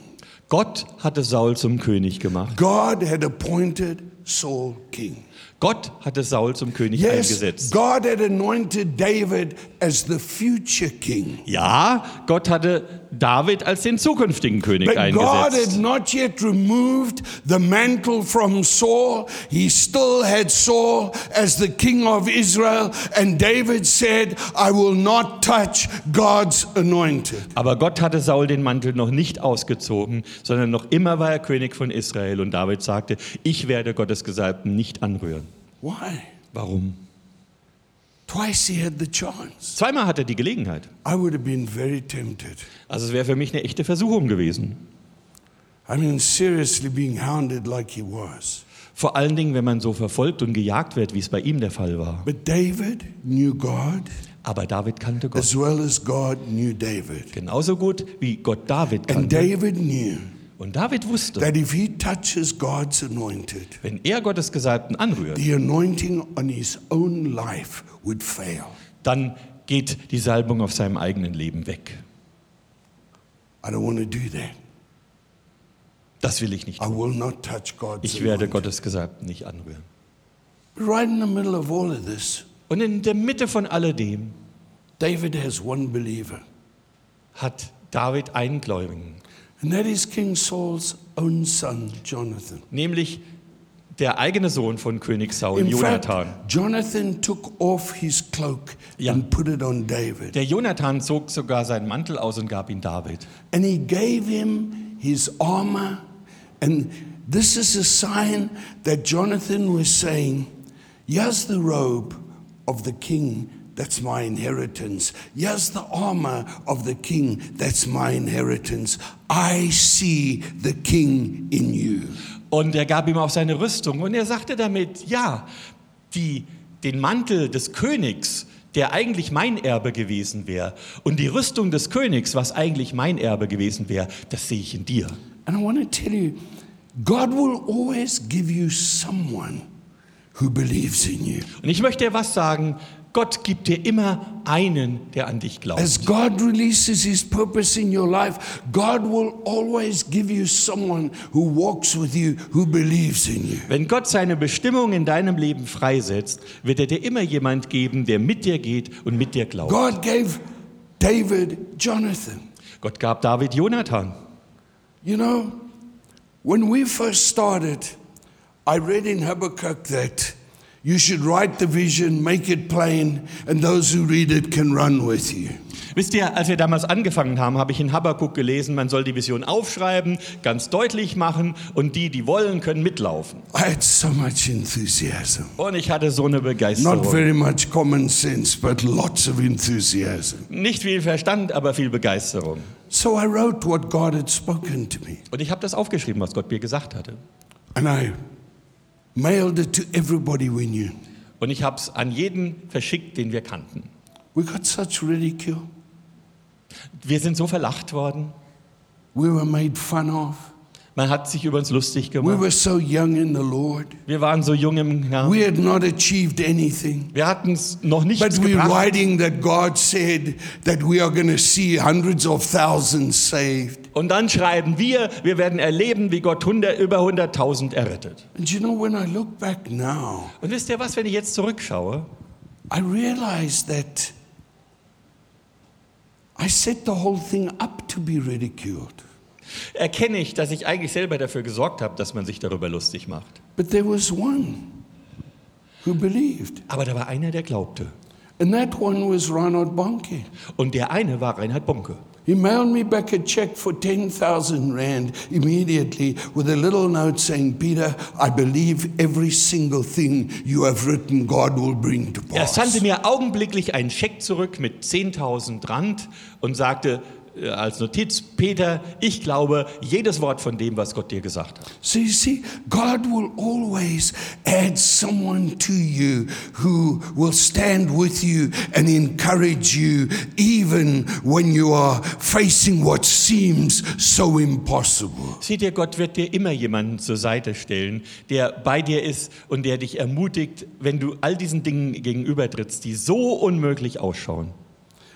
S2: Gott hatte Saul zum König gemacht.
S1: God had appointed Saul king.
S2: Gott hatte Saul zum König
S1: Yes,
S2: eingesetzt.
S1: God had anointed David as the future king.
S2: Ja, Gott hatte David als den zukünftigen König
S1: But God
S2: eingesetzt.
S1: had not yet removed the mantle from Saul. He still had Saul as the king of Israel. And David said, I will not touch God's anointed.
S2: Aber Gott hatte Saul den Mantel noch nicht ausgezogen, sondern noch immer war er König von Israel. Und David sagte, ich werde Gottes Gesalbten nicht anrühren.
S1: Why?
S2: Warum?
S1: Twice he had the chance.
S2: Zweimal hatte er die Gelegenheit.
S1: I would have been very tempted.
S2: Also es wäre für mich eine echte Versuchung gewesen.
S1: I mean, seriously being hounded like he was.
S2: Vor allen Dingen, wenn man so verfolgt und gejagt wird, wie es bei ihm der Fall war.
S1: But David knew God
S2: Aber David kannte Gott.
S1: as well as God knew David.
S2: Genauso gut, wie Gott David
S1: And
S2: kannte.
S1: David knew
S2: Und David wusste,
S1: that if he touches God's anointed,
S2: wenn er Gottes Gesalbten anrührt,
S1: the anointing on his own life would fail.
S2: dann geht die Salbung auf seinem eigenen Leben weg.
S1: I don't want to do that.
S2: Das will ich nicht.
S1: I will not touch God's
S2: Ich werde
S1: anointed.
S2: Gottes Gesalbten nicht anrühren.
S1: Right in the middle of all of this,
S2: Und in der Mitte von alledem
S1: David has one believer,
S2: hat David einen Gläubigen,
S1: and that is King Saul's own son, Jonathan.
S2: nämlich der eigene Sohn von König Saul,
S1: In
S2: Jonathan.
S1: fact, Jonathan took off his cloak
S2: Ja.
S1: and put it on David.
S2: Der Jonathan zog sogar seinen Mantel aus und gab ihn David.
S1: And he gave him his armor. And this is a sign that Jonathan was saying, Here's the robe of the king, that's my inheritance. Here's the armor of the king, that's my inheritance. I see the king in you.
S2: Und er gab ihm auch seine Rüstung und er sagte damit, ja, die, den Mantel des Königs, der eigentlich mein Erbe gewesen wäre, und die Rüstung des Königs, was eigentlich mein Erbe gewesen wäre, das sehe ich in dir.
S1: And I want to tell you, God will always give you someone who believes in you.
S2: Und ich möchte dir was sagen, Gott gibt dir immer einen, der an dich glaubt.
S1: As God releases His purpose in your life, God will always give you someone who walks with you, who believes in you.
S2: Wenn Gott seine Bestimmung in deinem Leben freisetzt, wird er dir immer jemand geben, der mit dir geht und mit dir glaubt.
S1: God gave David Jonathan.
S2: Gott gab David Jonathan.
S1: You know, when we first started, I read in Habakkuk that you should write the vision, make it plain, and those who read it can run with you.
S2: Wisst ihr, als wir damals angefangen haben, habe ich in Habakkuk gelesen, man soll die Vision aufschreiben, ganz deutlich machen und die, die wollen, können mitlaufen.
S1: I had so much enthusiasm.
S2: Und ich hatte so eine
S1: Not
S2: Begeisterung.
S1: very much common sense, but lots of enthusiasm.
S2: Nicht viel Verstand, aber viel Begeisterung.
S1: So I wrote what God had spoken to me.
S2: Und ich habe das aufgeschrieben, was Gott mir gesagt hatte.
S1: And I mailed it to everybody we knew.
S2: Und ich habe es an jeden verschickt, den wir kannten.
S1: We got such ridicule.
S2: Wir sind so verlacht worden,
S1: We were made fun of.
S2: Man hat sich über uns lustig
S1: We
S2: gemacht.
S1: were so young in the Lord.
S2: Wir waren so jung im Herrn.
S1: We had not achieved anything.
S2: Wir hatten es noch nicht
S1: But we're
S2: gebracht.
S1: writing that God said that we are going to see hundreds of thousands saved.
S2: Und dann schreiben wir, wir werden erleben, wie Gott 100, über 100.000 errettet.
S1: And you know, when I look back now,
S2: Und wisst ihr was, wenn ich jetzt zurückschaue?
S1: I realize that I set the whole thing up to be ridiculed.
S2: Erkenne ich, dass ich eigentlich selber dafür gesorgt habe, dass man sich darüber lustig macht.
S1: But there was one who believed,
S2: Aber da war einer, der glaubte.
S1: and that one was Reinhard Bonke.
S2: Und der eine war Reinhard Bonke.
S1: He mailed me back a check for 10,000 Rand immediately with a little note saying, Peter, I believe every single thing you have written, God will bring to
S2: Er
S1: pass.
S2: sandte mir augenblicklich einen Scheck zurück mit 10.000 Rand und sagte äh, als Notiz, Peter, ich glaube jedes Wort von dem, was Gott dir gesagt hat.
S1: So you see, God will always add someone to you who will stand with you and encourage you, even when you are facing what seems so impossible.
S2: Seht ihr, Gott wird dir immer jemanden zur Seite stellen, der bei dir ist und der dich ermutigt, wenn du all diesen Dingen gegenübertrittst, die so unmöglich ausschauen.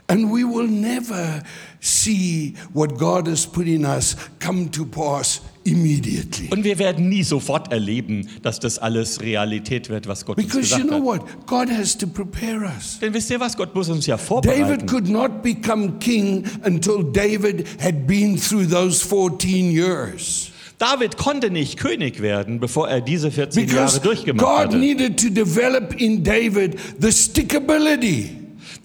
S1: And we will never see what God has put in us come to pass immediately.
S2: Und wir werden nie sofort erleben, dass das alles Realität wird, was Gott uns
S1: Because you
S2: gesagt
S1: know
S2: hat.
S1: what? God has to prepare us.
S2: Denn wisst ihr was, Gott muss uns ja
S1: David
S2: vorbereiten.
S1: could not become king until David had been through those 14 years.
S2: David konnte nicht König werden, bevor er diese 14
S1: Because
S2: Jahre durchgemacht
S1: God
S2: hatte.
S1: needed to develop in David the stickability,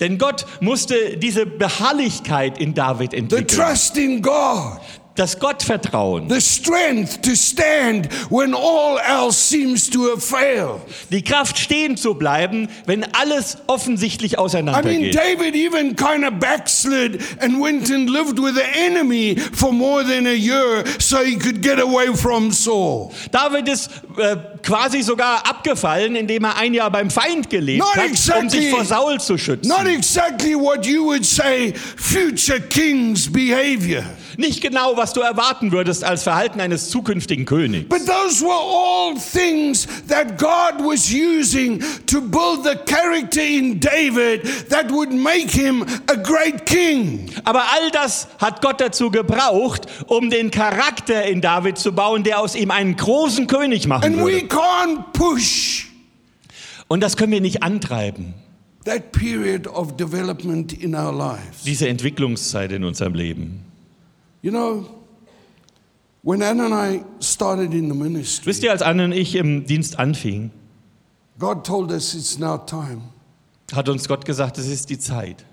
S2: Denn Gott musste diese Beharrlichkeit in David
S1: the
S2: entwickeln.
S1: trust in God,
S2: Das Gottvertrauen,
S1: the strength to stand when all else seems to have failed.
S2: die Kraft stehen zu bleiben, wenn alles offensichtlich
S1: I mean,
S2: auseinandergeht.
S1: David even kind of backslid and went and lived with the enemy for more than a year so he could get away from Saul.
S2: David ist äh, quasi sogar abgefallen, indem er ein Jahr beim Feind gelebt
S1: Not
S2: hat, um
S1: exactly.
S2: sich vor Saul zu schützen.
S1: Not exactly what you would say future king's behavior.
S2: Nicht genau, was du erwarten würdest als Verhalten eines zukünftigen Königs.
S1: But those were all things that God was using to build the character in David that would make him a great king.
S2: Aber all das hat Gott dazu gebraucht, um den Charakter in David zu bauen, der aus ihm einen großen König machen
S1: And
S2: würde.
S1: we can't push
S2: Und das können wir nicht antreiben,
S1: that period of development in our lives.
S2: diese Entwicklungszeit in unserem Leben.
S1: You know, when Anna and I started in the ministry,
S2: Wisst ihr, als Anne und ich im Dienst anfingen,
S1: God told us it's now time.
S2: hat uns Gott gesagt, es ist die Zeit.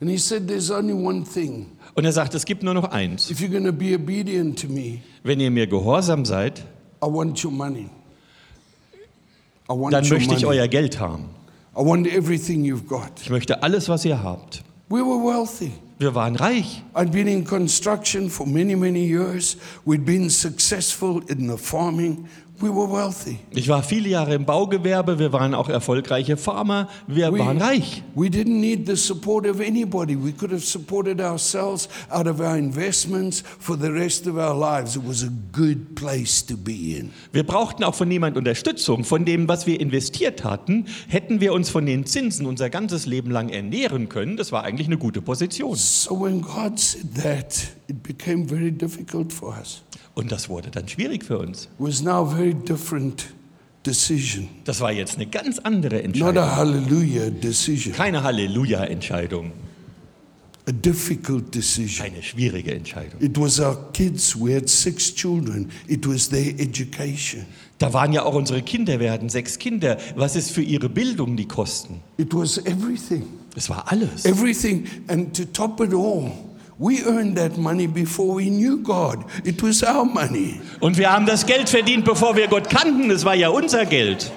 S1: And He said, There's only one thing.
S2: Und er sagt, es gibt nur noch eins.
S1: If you're going to be obedient to me,
S2: Wenn ihr mir gehorsam seid,
S1: I want your money. I want
S2: dann
S1: your
S2: möchte ich
S1: money.
S2: euer Geld haben.
S1: I want everything you've got.
S2: Ich möchte alles, was ihr habt.
S1: We were wealthy.
S2: Wir waren reich.
S1: I'd been in construction for many, many years. We'd been successful in the farming. We were wealthy.
S2: Ich war viele Jahre im Baugewerbe. Wir waren auch erfolgreiche Farmer. Wir
S1: We,
S2: waren reich.
S1: we didn't need the support of anybody. We could have supported ourselves out of our investments for the rest of our lives. It was a good place to be in.
S2: Wir brauchten auch von niemand Unterstützung. Von dem, was wir investiert hatten, hätten wir uns von den Zinsen unser ganzes Leben lang ernähren können. Das war eigentlich eine gute Position.
S1: So when God said that, it became very difficult for us.
S2: Und das wurde dann schwierig für uns.
S1: It was now a very different decision,
S2: Das war jetzt eine ganz andere
S1: not
S2: Entscheidung.
S1: a hallelujah decision.
S2: Keine Halleluja-Entscheidung,
S1: a difficult decision.
S2: eine schwierige Entscheidung.
S1: It was our kids. We had six children. It was their education.
S2: Da waren ja auch unsere Kinder, wir hatten sechs Kinder. Was ist für ihre Bildung die Kosten?
S1: It was everything.
S2: Es war alles.
S1: Everything. And to top it all, we earned that money before we knew God. It was our money.
S2: Und wir haben das Geld verdient, bevor wir Gott kannten. Es war ja unser Geld.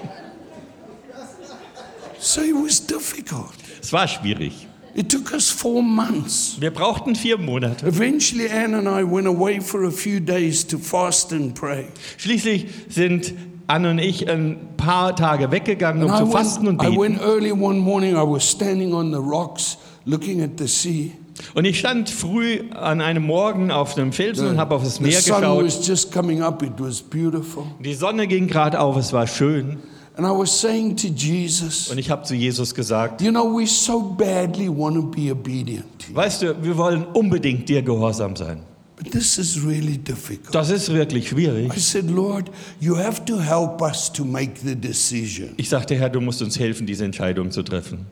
S1: So it was difficult.
S2: Es war schwierig.
S1: It took us four months.
S2: Wir brauchten vier Monate.
S1: Eventually, Anne and I went away for a few days to fast and pray.
S2: Schließlich sind Anne und ich ein paar Tage weggegangen,
S1: And
S2: um
S1: I
S2: zu fasten und
S1: went, I
S2: beten.
S1: went early one morning. I was standing on the rocks looking at the sea.
S2: Und ich stand früh an einem Morgen auf einem Felsen und habe auf das
S1: The
S2: Meer
S1: sun
S2: geschaut.
S1: was just coming up, it was beautiful.
S2: Die Sonne ging gerade auf, es war schön.
S1: And I was saying to Jesus,
S2: Und ich habe zu Jesus gesagt,
S1: You know, we so badly want to be obedient to you,
S2: weißt du, wir wollen unbedingt dir gehorsam sein.
S1: but this is really difficult.
S2: Das ist wirklich schwierig.
S1: I said, Lord, you have to help us to make the decision.
S2: Ich sagte, Herr, du musst uns helfen, diese Entscheidung zu treffen.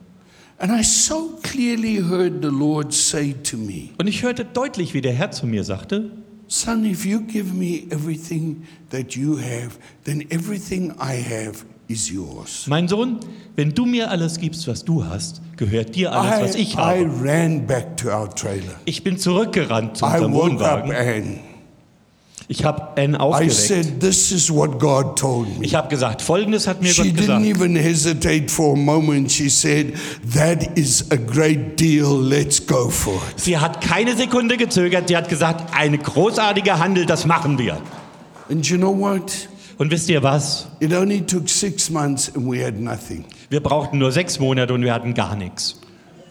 S1: And I so clearly heard the Lord say to me,
S2: Und ich hörte deutlich, wie der Herr zu mir sagte,
S1: Son, if you give me everything that you have, then everything I have is yours.
S2: mein Sohn, wenn du mir alles gibst, was du hast, gehört dir alles, was ich
S1: I
S2: habe.
S1: ran back to our trailer.
S2: Ich bin zurückgerannt zu
S1: I
S2: unserem
S1: woke up
S2: Wohnwagen.
S1: and
S2: Ich habe Anne
S1: I
S2: aufgeweckt.
S1: said, This is what God told me.
S2: Ich habe gesagt, Folgendes hat mir
S1: She
S2: Gott
S1: didn't
S2: gesagt.
S1: even hesitate for a moment. She said, That is a great deal. Let's go for it.
S2: Sie hat keine Sekunde gezögert. Sie hat gesagt, ein großartiger Handel, das machen wir.
S1: And you know what?
S2: Und wisst ihr was?
S1: It only took six months and we had nothing.
S2: Wir brauchten nur sechs Monate und wir hatten gar nichts.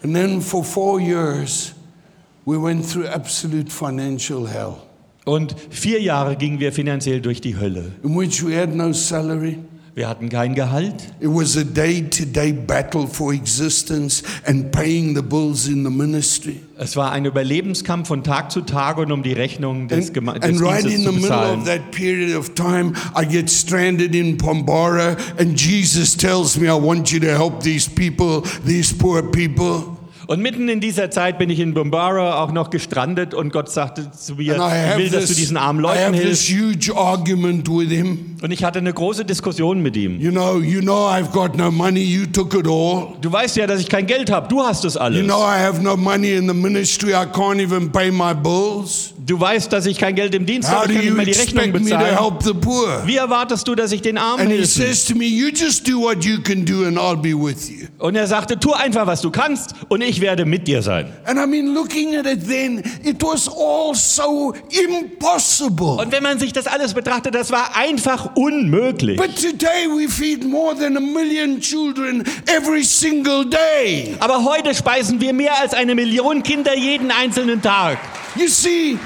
S1: And then for four years, we went through absolute financial hell,
S2: Und vier Jahre gingen wir finanziell durch die Hölle.
S1: in which we had no salary.
S2: Wir hatten kein Gehalt.
S1: It was a day to day battle for existence and paying the bills in the ministry.
S2: Es war ein Überlebenskampf von Tag zu Tag und um die Rechnungen des,
S1: And,
S2: Geme des
S1: and right
S2: Dienstes
S1: in the
S2: zu
S1: middle of
S2: bezahlen.
S1: that period of time, I get stranded in Pombara, and Jesus tells me, I want you to help these people, these poor people.
S2: Und mitten in dieser Zeit bin ich in Bombara auch noch gestrandet und Gott sagte zu mir,
S1: And I
S2: ich
S1: have,
S2: will, dass
S1: this,
S2: du diesen armen
S1: I have
S2: Leuten
S1: this
S2: hilfst.
S1: huge argument with him.
S2: Und ich hatte eine große Diskussion mit ihm.
S1: You know, you know I've got no money, you took it all.
S2: Du weißt ja, dass ich kein Geld habe. Du hast es alles.
S1: You know I have no money in the ministry, I can't even pay my bills.
S2: Du weißt, dass ich kein Geld im Dienst
S1: How
S2: habe,
S1: do
S2: ich kann nicht
S1: you
S2: mal die Rechnung
S1: expect me to
S2: bezahlen.
S1: help the poor?
S2: Wie erwartest du, dass ich den Armen
S1: And he
S2: helfe?
S1: says to me, You just do what you can do and I'll be with you.
S2: Und er sagte, tu einfach, was du kannst und ich werde mit dir sein.
S1: And I mean, looking at it then, it was all so impossible.
S2: Und wenn man sich das alles betrachtet, das war einfach unmöglich.
S1: But today we feed more than a million children every single day.
S2: Aber heute speisen wir mehr als eine Million Kinder jeden einzelnen Tag.
S1: You see,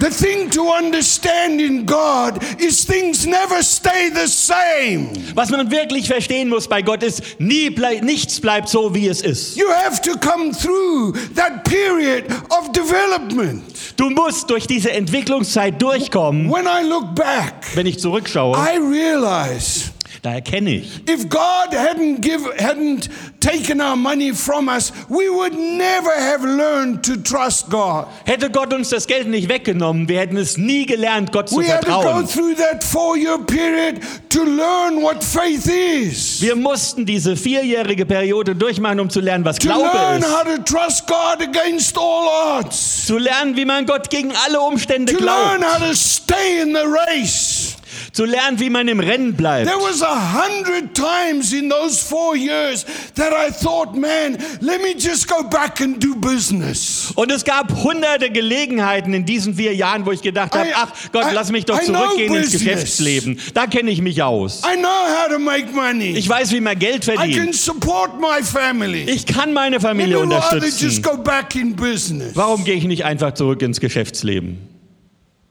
S1: the thing to understand in God is things never stay the same.
S2: Was man wirklich verstehen muss bei Gott ist, nie blei nichts bleibt so, wie es ist.
S1: You have to come through that period of development.
S2: Du musst durch diese Entwicklungszeit durchkommen.
S1: When I look back,
S2: Wenn ich zurückschaue,
S1: I realize
S2: da erkenne ich,
S1: if God hadn't give, hadn't taken our money from us, we would never have learned to trust God.
S2: hätte Gott uns das Geld nicht weggenommen, wir hätten es nie gelernt, Gott zu
S1: We had to go
S2: vertrauen.
S1: through that four-year period to learn what faith is.
S2: Wir mussten diese vierjährige Periode durchmachen, um zu lernen, was
S1: To
S2: Glaube
S1: learn
S2: ist.
S1: how to trust God against all odds.
S2: Zu lernen, wie man Gott gegen alle Umstände
S1: To learn
S2: glaubt.
S1: how to stay in the race.
S2: Zu lernen, wie man im Rennen bleibt.
S1: There was a hundred times in those four years that I thought, man, let me just go back and do business.
S2: Und es gab hunderte Gelegenheiten in diesen vier Jahren, wo ich gedacht habe,
S1: I-
S2: ach Gott,
S1: I-
S2: lass mich doch
S1: I know
S2: zurückgehen ins
S1: business.
S2: Geschäftsleben. Da kenne ich mich aus.
S1: I know how to make money.
S2: Ich weiß, wie man Geld
S1: I can
S2: verdient.
S1: support my family.
S2: Ich kann meine
S1: Let
S2: Familie
S1: me rather just
S2: unterstützen.
S1: go back in business.
S2: Warum gehe ich nicht einfach zurück ins Geschäftsleben?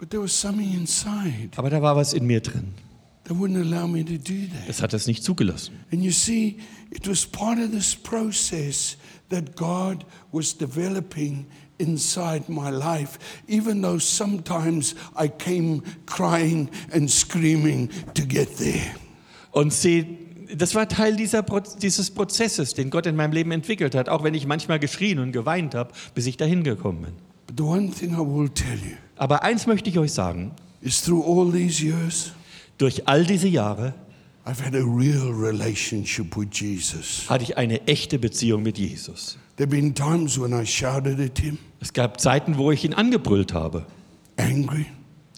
S1: But there was something inside
S2: Aber da war was in mir drin.
S1: that wouldn't allow me to do that.
S2: Es hat es nicht zugelassen.
S1: And you see, it was part of this process that God was developing inside my life, even though sometimes I came crying and screaming to get there.
S2: Und sie, das war Teil dieser Pro dieses Prozesses, den Gott in meinem Leben entwickelt hat, auch wenn ich manchmal geschrien und geweint habe, bis ich dahin gekommen bin.
S1: But the one thing I will tell you
S2: Aber eins möchte ich euch sagen,
S1: is through all these years,
S2: durch all diese Jahre
S1: I've had a real relationship with Jesus.
S2: hatte ich eine echte Beziehung mit Jesus.
S1: There have been times when I shouted at him,
S2: Es gab Zeiten, wo ich ihn angebrüllt habe.
S1: angry.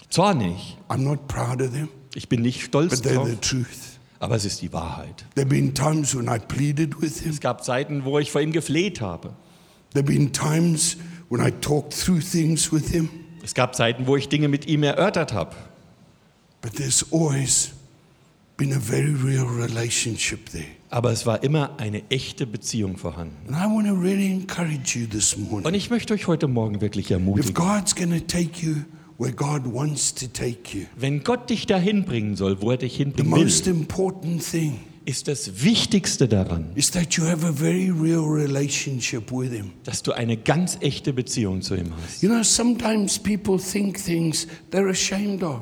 S2: Zornig.
S1: I'm not proud of them,
S2: Ich bin nicht stolz
S1: but they're
S2: drauf,
S1: the truth.
S2: aber es ist die Wahrheit.
S1: There have been times when I pleaded with him.
S2: Es gab Zeiten, wo ich vor ihm gefleht habe.
S1: There have been times when I talked through things with him,
S2: Es gab Zeiten, wo ich Dinge mit ihm erörtert habe.
S1: but there's always been a very real relationship there.
S2: aber es war immer eine echte Beziehung vorhanden.
S1: And I want to really encourage you this morning.
S2: Und ich möchte euch heute Morgen wirklich
S1: If
S2: ermutigen,
S1: God's going to take you where God wants to take you,
S2: wenn Gott dich dahin bringen soll, wo er dich
S1: the
S2: hinbringen
S1: most
S2: will,
S1: important thing
S2: ist das Wichtigste daran,
S1: is that you have a very real relationship with Him.
S2: dass du eine ganz echte Beziehung zu ihm hast.
S1: You know, sometimes people think things they're ashamed of.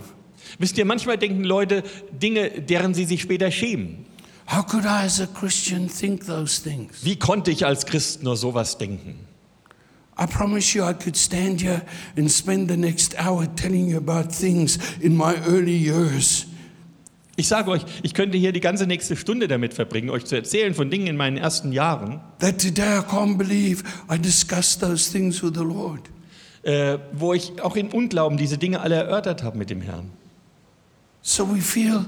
S2: Wisst ihr, manchmal denken Leute Dinge, deren sie sich später schämen.
S1: How could I, as a Christian, think those things?
S2: Wie konnte ich als Christ nur sowas denken?
S1: I promise you, I could stand here and spend the next hour telling you about things in my early years.
S2: Ich sage euch, ich könnte hier die ganze nächste Stunde damit verbringen, euch zu erzählen von Dingen in meinen ersten Jahren,
S1: That today I can't believe I discussed those things with the Lord.
S2: äh, wo ich auch in Unglauben diese Dinge alle erörtert habe mit dem Herrn.
S1: So we feel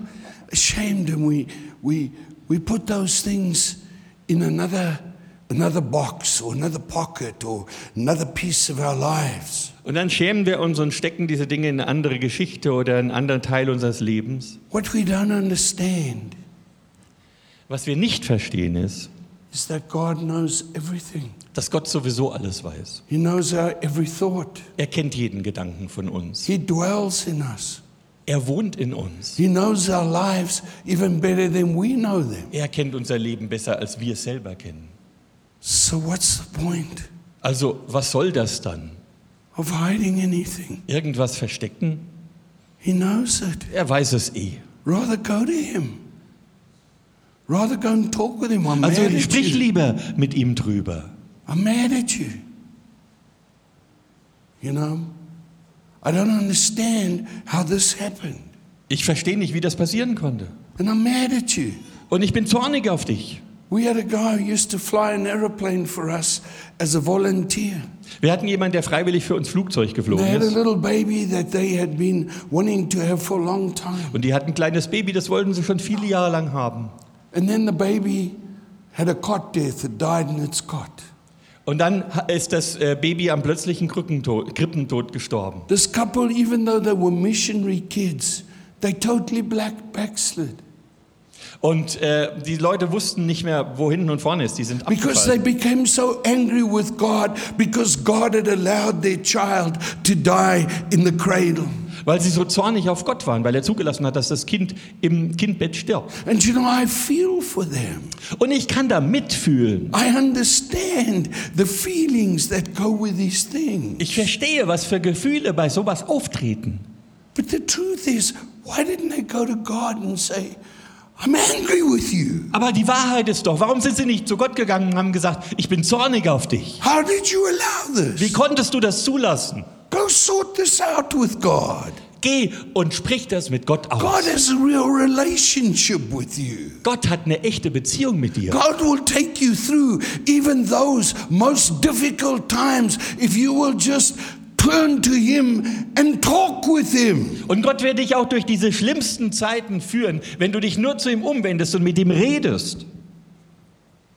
S1: ashamed and we, we, we put those things in another, another box or another pocket or another piece of our lives.
S2: Und dann schämen wir uns und stecken diese Dinge in eine andere Geschichte oder in einen anderen Teil unseres Lebens.
S1: What we don't understand
S2: Was wir nicht verstehen ist,
S1: is that God knows everything.
S2: dass Gott sowieso alles weiß.
S1: He knows our every thought.
S2: Er kennt jeden Gedanken von uns.
S1: He dwells in us.
S2: Er wohnt in uns.
S1: He knows our lives even better than we know them.
S2: Er kennt unser Leben besser, als wir es selber kennen.
S1: So what's the point
S2: Also, was soll das dann?
S1: of hiding anything?
S2: Irgendwas verstecken?
S1: He knows it.
S2: Er weiß es eh.
S1: Rather go to him. Rather go and talk with him. I'm
S2: Also
S1: mad at
S2: sprich
S1: you.
S2: lieber mit ihm drüber.
S1: I'm mad at you. You know, I don't understand how this happened.
S2: Ich verstehe nicht, wie das passieren konnte.
S1: And I'm mad at you.
S2: Und ich bin zornig auf dich.
S1: We had a guy who used to fly an aeroplane for us as a volunteer.
S2: Wir hatten jemanden, der freiwillig für uns Flugzeug
S1: They
S2: geflogen
S1: had a
S2: ist.
S1: little baby that they had been wanting to have for a long time.
S2: Und die hatten ein kleines Baby, das wollten sie schon viele Jahre lang haben.
S1: And then the baby had a cot death, it died in its cot.
S2: Und dann ha- ist das äh, Baby am plötzlichen Krückentod, Krippentod gestorben.
S1: This couple, even though they were missionary kids, they totally black backslid
S2: Und äh, die Leute wussten nicht mehr, wo hinten und vorne ist. Die sind
S1: because they
S2: abgefallen.
S1: became so angry with God because God had allowed their child to die in the cradle.
S2: Weil sie so zornig auf Gott waren, weil er zugelassen hat, dass das Kind im Kindbett stirbt.
S1: And you know, I feel for them.
S2: Und ich kann da mitfühlen.
S1: I understand the feelings that go with these things.
S2: Ich verstehe, was für Gefühle bei sowas auftreten.
S1: But the truth is, why didn't they go to God and say, I'm angry with you?
S2: Aber die Wahrheit ist doch, warum sind sie nicht zu Gott gegangen und haben gesagt, ich bin zornig auf dich?
S1: How did you allow
S2: Wie
S1: this?
S2: konntest du das zulassen?
S1: Go sort this out with God.
S2: Geh und sprich das mit Gott aus.
S1: God has a real relationship with you.
S2: Gott hat eine echte Beziehung mit dir.
S1: God will take you through even those most difficult times if you will just turn to Him and talk with Him.
S2: Und Gott wird dich auch durch diese schlimmsten Zeiten führen, wenn du dich nur zu ihm umwendest und mit ihm redest.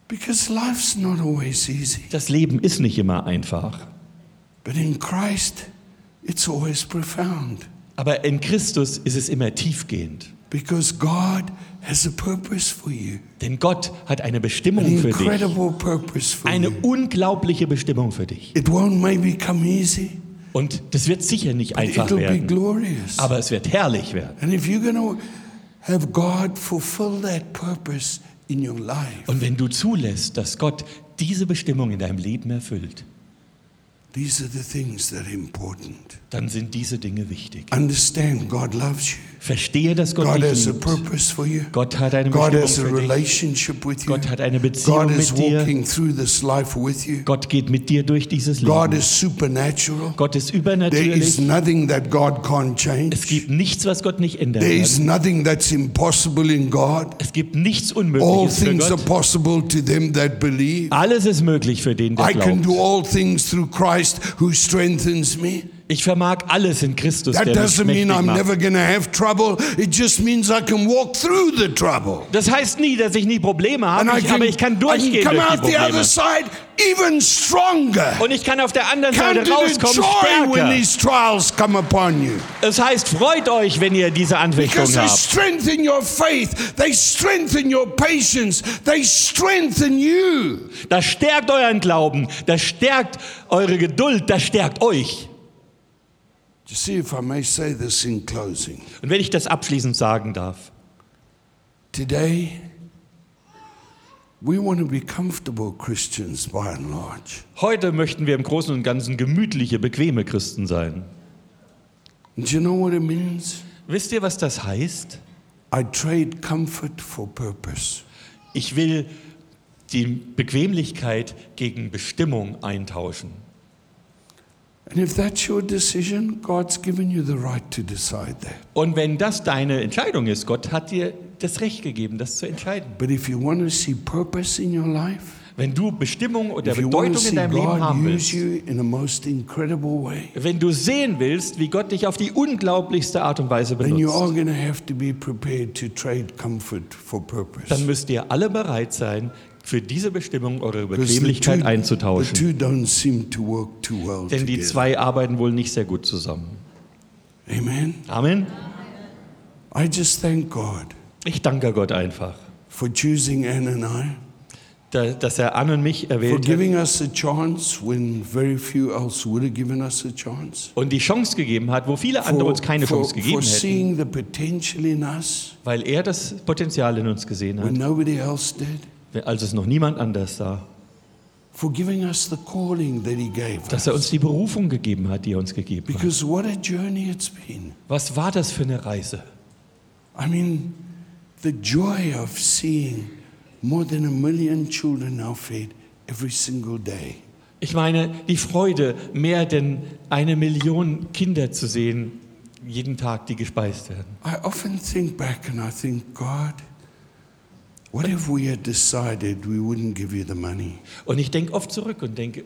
S1: Because life's not always easy,
S2: Das Leben ist nicht immer einfach.
S1: but in Christ, it's always profound.
S2: Aber in Christus ist es immer tiefgehend.
S1: Because God has a purpose for you,
S2: Denn Gott hat eine Bestimmung
S1: an
S2: für dich.
S1: incredible purpose for
S2: Eine
S1: you.
S2: unglaubliche Bestimmung für dich.
S1: It won't maybe come easy,
S2: Und das wird sicher nicht
S1: but
S2: einfach
S1: it'll be
S2: werden.
S1: glorious.
S2: Aber es wird herrlich werden.
S1: And if you're going to have God fulfill that purpose in your life,
S2: Und wenn du zulässt, dass Gott diese Bestimmung in deinem Leben erfüllt,
S1: these are the things that are important.
S2: dann sind diese Dinge wichtig.
S1: Understand God loves you.
S2: Verstehe, dass Gott
S1: God
S2: dich
S1: has a
S2: liebt.
S1: purpose for you.
S2: Gott hat eine
S1: God has a
S2: Bestimmung für dich.
S1: relationship with you.
S2: Gott hat eine Beziehung
S1: God is
S2: mit dir.
S1: walking through this life with you.
S2: Gott geht mit dir durch dieses
S1: God
S2: Leben.
S1: is supernatural.
S2: Gott ist
S1: There is
S2: übernatürlich.
S1: nothing that God can't
S2: Es
S1: change.
S2: gibt nichts, was Gott nicht ändern
S1: There is
S2: kann.
S1: nothing that's impossible in God.
S2: Es gibt nichts
S1: All
S2: Unmögliches für
S1: things are
S2: Gott.
S1: possible to them that believe.
S2: Alles ist möglich für den, der
S1: I can
S2: glaubt.
S1: do all things through Christ who strengthens me.
S2: Ich vermag alles in Christus,
S1: That
S2: der mich
S1: doesn't
S2: mächtig
S1: mean I'm
S2: macht.
S1: never going to have trouble. It just means I can walk through the trouble.
S2: Das heißt nie, dass ich nie Probleme habe, ich, aber ich kann
S1: I can
S2: durchgehen
S1: come
S2: durch die
S1: out the other
S2: Probleme.
S1: side even stronger.
S2: Und ich kann auf der anderen
S1: Come to
S2: Seite
S1: Oh, the
S2: rauskommen
S1: joy when
S2: stärker.
S1: these trials come upon you.
S2: Es heißt, freut euch, wenn ihr diese Anfechtung
S1: Because they
S2: habt.
S1: strengthen your faith, they strengthen your patience, they strengthen you.
S2: Das stärkt euren Glauben, das stärkt eure Geduld, das stärkt euch.
S1: You see, if I may say this in closing,
S2: Und wenn ich das abschließend sagen darf,
S1: today we want to be comfortable Christians by and large.
S2: heute möchten wir im Großen und Ganzen gemütliche, bequeme Christen sein.
S1: And do you know what it means?
S2: Wisst ihr, was das heißt?
S1: I trade comfort for purpose.
S2: Ich will die Bequemlichkeit gegen Bestimmung eintauschen.
S1: And if that's your decision, God's given you the right to decide that.
S2: Und wenn das deine Entscheidung ist, Gott hat dir das Recht gegeben, das zu entscheiden.
S1: But if you want to see purpose in your life,
S2: Wenn du Bestimmung oder
S1: if you want to
S2: Bedeutung in
S1: see
S2: deinem Leben
S1: God
S2: haben
S1: use
S2: willst,
S1: you in a most incredible way,
S2: wenn du sehen willst, wie Gott dich auf die unglaublichste Art und Weise
S1: then you also-
S2: benutzt,
S1: are going to have to be prepared to trade comfort for purpose.
S2: dann müsst ihr alle bereit sein, für diese Bestimmung eure
S1: Because the two,
S2: Bequemlichkeit
S1: the
S2: einzutauschen.
S1: two don't seem to work too well
S2: Denn die
S1: together.
S2: zwei arbeiten wohl nicht sehr gut zusammen.
S1: Amen.
S2: Amen.
S1: I just thank God
S2: Ich danke Gott einfach,
S1: for choosing Anne and I,
S2: da- dass er Anne und mich
S1: for
S2: erwählt hat
S1: giving us a chance when very few else would have given us a chance.
S2: und die Chance gegeben hat, wo viele andere uns keine
S1: for,
S2: Chance gegeben
S1: for
S2: hätten,
S1: seeing the potential in us
S2: weil er das Potenzial in uns gesehen
S1: when
S2: hat,
S1: nobody else did,
S2: als es noch niemand anders sah.
S1: for giving us the calling that He gave us.
S2: Dass er uns die Berufung gegeben hat, die er uns gegeben hat.
S1: Because what a journey it's been.
S2: Was war das für eine Reise?
S1: I mean, the joy of seeing more than a million children now fed every single day.
S2: Ich meine, die Freude, mehr denn eine Million Kinder zu sehen, jeden Tag, die gespeist werden.
S1: I often think back and I think, God, what if we had decided we wouldn't give you the money?
S2: Und ich denke oft zurück und denke,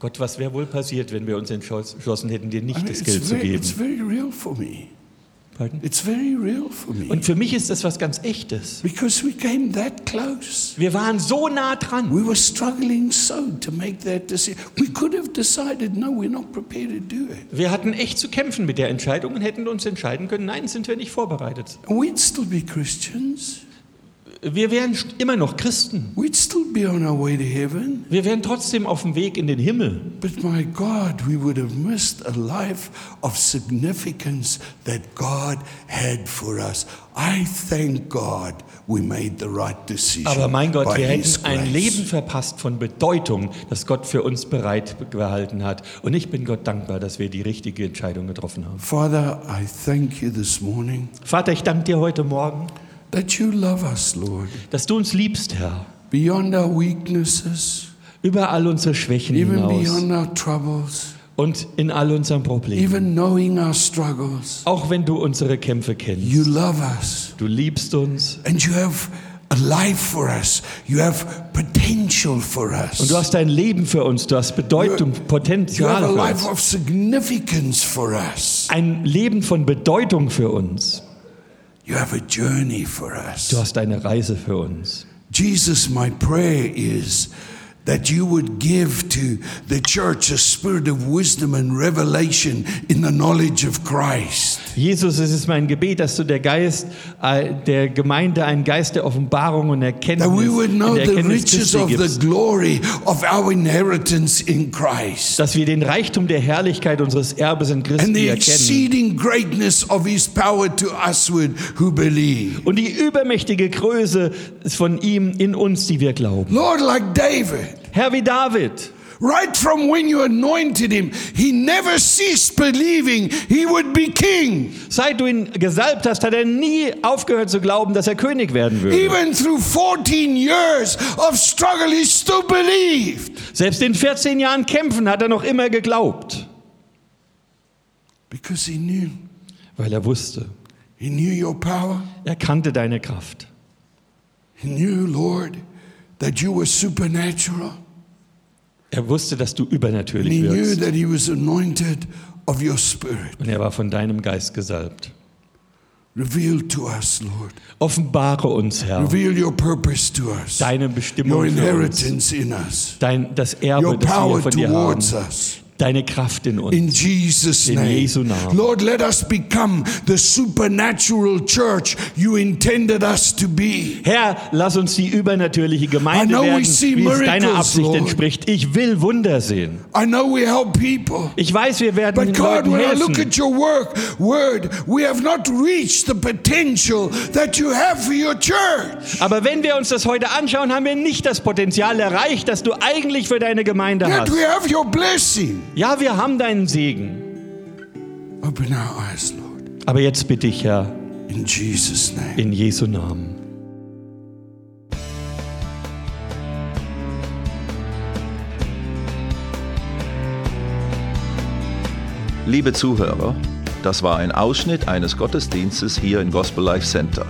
S2: Gott, was wäre wohl passiert, wenn wir uns entschloss- entschlossen hätten, dir
S1: I
S2: nicht
S1: mean,
S2: das
S1: it's,
S2: Geld zu
S1: very, it's
S2: geben?
S1: very real for me.
S2: Pardon?
S1: It's very real for me.
S2: Und für mich ist das was ganz Echtes.
S1: Because we came that close.
S2: Wir waren so nah dran.
S1: We were struggling so to make that decision. We could have decided, no, we're not prepared to do it.
S2: Wir hatten echt zu kämpfen mit der Entscheidung und hätten uns entscheiden können, nein, sind wir nicht vorbereitet.
S1: And we'd still be Christians.
S2: Wir wären st- immer noch Christen.
S1: We'd still be on our way to heaven.
S2: Wir wären trotzdem auf dem Weg in den Himmel.
S1: But my God, we would have missed a life of significance that God had for us. I thank God we made the right decision.
S2: Aber mein Gott,
S1: by
S2: wir
S1: His
S2: hätten ein
S1: grace.
S2: Leben verpasst von Bedeutung, das Gott für uns bereit gehalten hat. Und ich bin Gott dankbar, dass wir die richtige Entscheidung getroffen haben.
S1: Father, I thank you this morning
S2: Vater, ich danke dir heute Morgen,
S1: that you love us, Lord,
S2: dass du uns liebst, Herr.
S1: beyond our weaknesses,
S2: Über all unsere Schwächen
S1: even
S2: hinaus
S1: beyond our troubles.
S2: und in all unseren Problemen.
S1: Even knowing our struggles,
S2: Auch wenn du unsere Kämpfe kennst.
S1: you love us
S2: Du liebst uns
S1: and you have a life for us. You have potential for us.
S2: und du hast dein Leben für uns. Du hast Bedeutung,
S1: you have
S2: Potenzial
S1: a
S2: für
S1: life
S2: uns.
S1: of significance for us.
S2: Ein Leben von Bedeutung für uns.
S1: You have a journey for us.
S2: Du hast eine Reise für uns.
S1: Jesus, my prayer is that you would give to the church a spirit of wisdom and revelation in the knowledge of Christ.
S2: Jesus, es ist mein Gebet, dass du der Geist äh, der Gemeinde einen Geist der Offenbarung und Erkenntnis,
S1: That we would know
S2: in der
S1: the
S2: Erkenntnis
S1: riches
S2: Christi
S1: of the
S2: gibst,
S1: glory of our inheritance in Christ.
S2: dass wir den Reichtum der Herrlichkeit unseres Erbes in
S1: and
S2: Christi
S1: the
S2: erkennen
S1: exceeding greatness of his power to usward who believe.
S2: und die übermächtige Größe von ihm in uns, die wir glauben.
S1: Lord, like David,
S2: Herr wie David,
S1: right from when you anointed him, he never ceased believing he would be king.
S2: seit du ihn gesalbt hast, hat er nie aufgehört zu glauben, dass er König werden würde.
S1: Even through 14 years of struggle, he still believed
S2: Selbst in 14 Jahren Kämpfen hat er noch immer geglaubt,
S1: because he knew.
S2: weil er wusste,
S1: He knew your power.
S2: er kannte deine Kraft.
S1: He knew, Lord, that you were supernatural.
S2: Er wusste, dass du
S1: And he
S2: übernatürlich
S1: knew
S2: wirkst.
S1: that he was anointed of your Spirit.
S2: Und er war von deinem Geist gesalbt.
S1: Reveal to us, Lord.
S2: Offenbare uns, Herr,
S1: Reveal your purpose to us,
S2: deine
S1: your
S2: Bestimmung für uns,
S1: inheritance in us,
S2: dein, das
S1: your
S2: Erbe, das
S1: power
S2: wir von dir haben,
S1: towards us.
S2: deine Kraft in uns.
S1: In Jesus'
S2: In
S1: name.
S2: Jesu Namen.
S1: Lord, let us become the supernatural church you intended us to be.
S2: Herr, lass uns die übernatürliche
S1: I
S2: Gemeinde
S1: know we
S2: werden,
S1: see
S2: wie es deiner
S1: miracles,
S2: Absicht
S1: Lord.
S2: entspricht. Ich will Wunder sehen.
S1: I know we help people.
S2: Ich weiß, wir werden
S1: But
S2: den
S1: God,
S2: Leuten
S1: when I look
S2: helfen.
S1: at your work, word, we have not reached the potential that you have for your church.
S2: Aber wenn wir uns das heute anschauen, haben wir nicht das Potenzial erreicht, das du eigentlich für deine Gemeinde
S1: Yet
S2: hast.
S1: we have your blessing.
S2: Ja, wir haben deinen Segen.
S1: Open our eyes, Lord.
S2: Aber jetzt bitte ich, Herr,
S1: In Jesus' name.
S2: in Jesu Namen.
S3: Liebe Zuhörer, das war ein Ausschnitt eines Gottesdienstes hier im Gospel Life Center.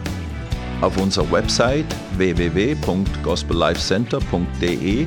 S3: Auf unserer Website www.gospellifecenter.de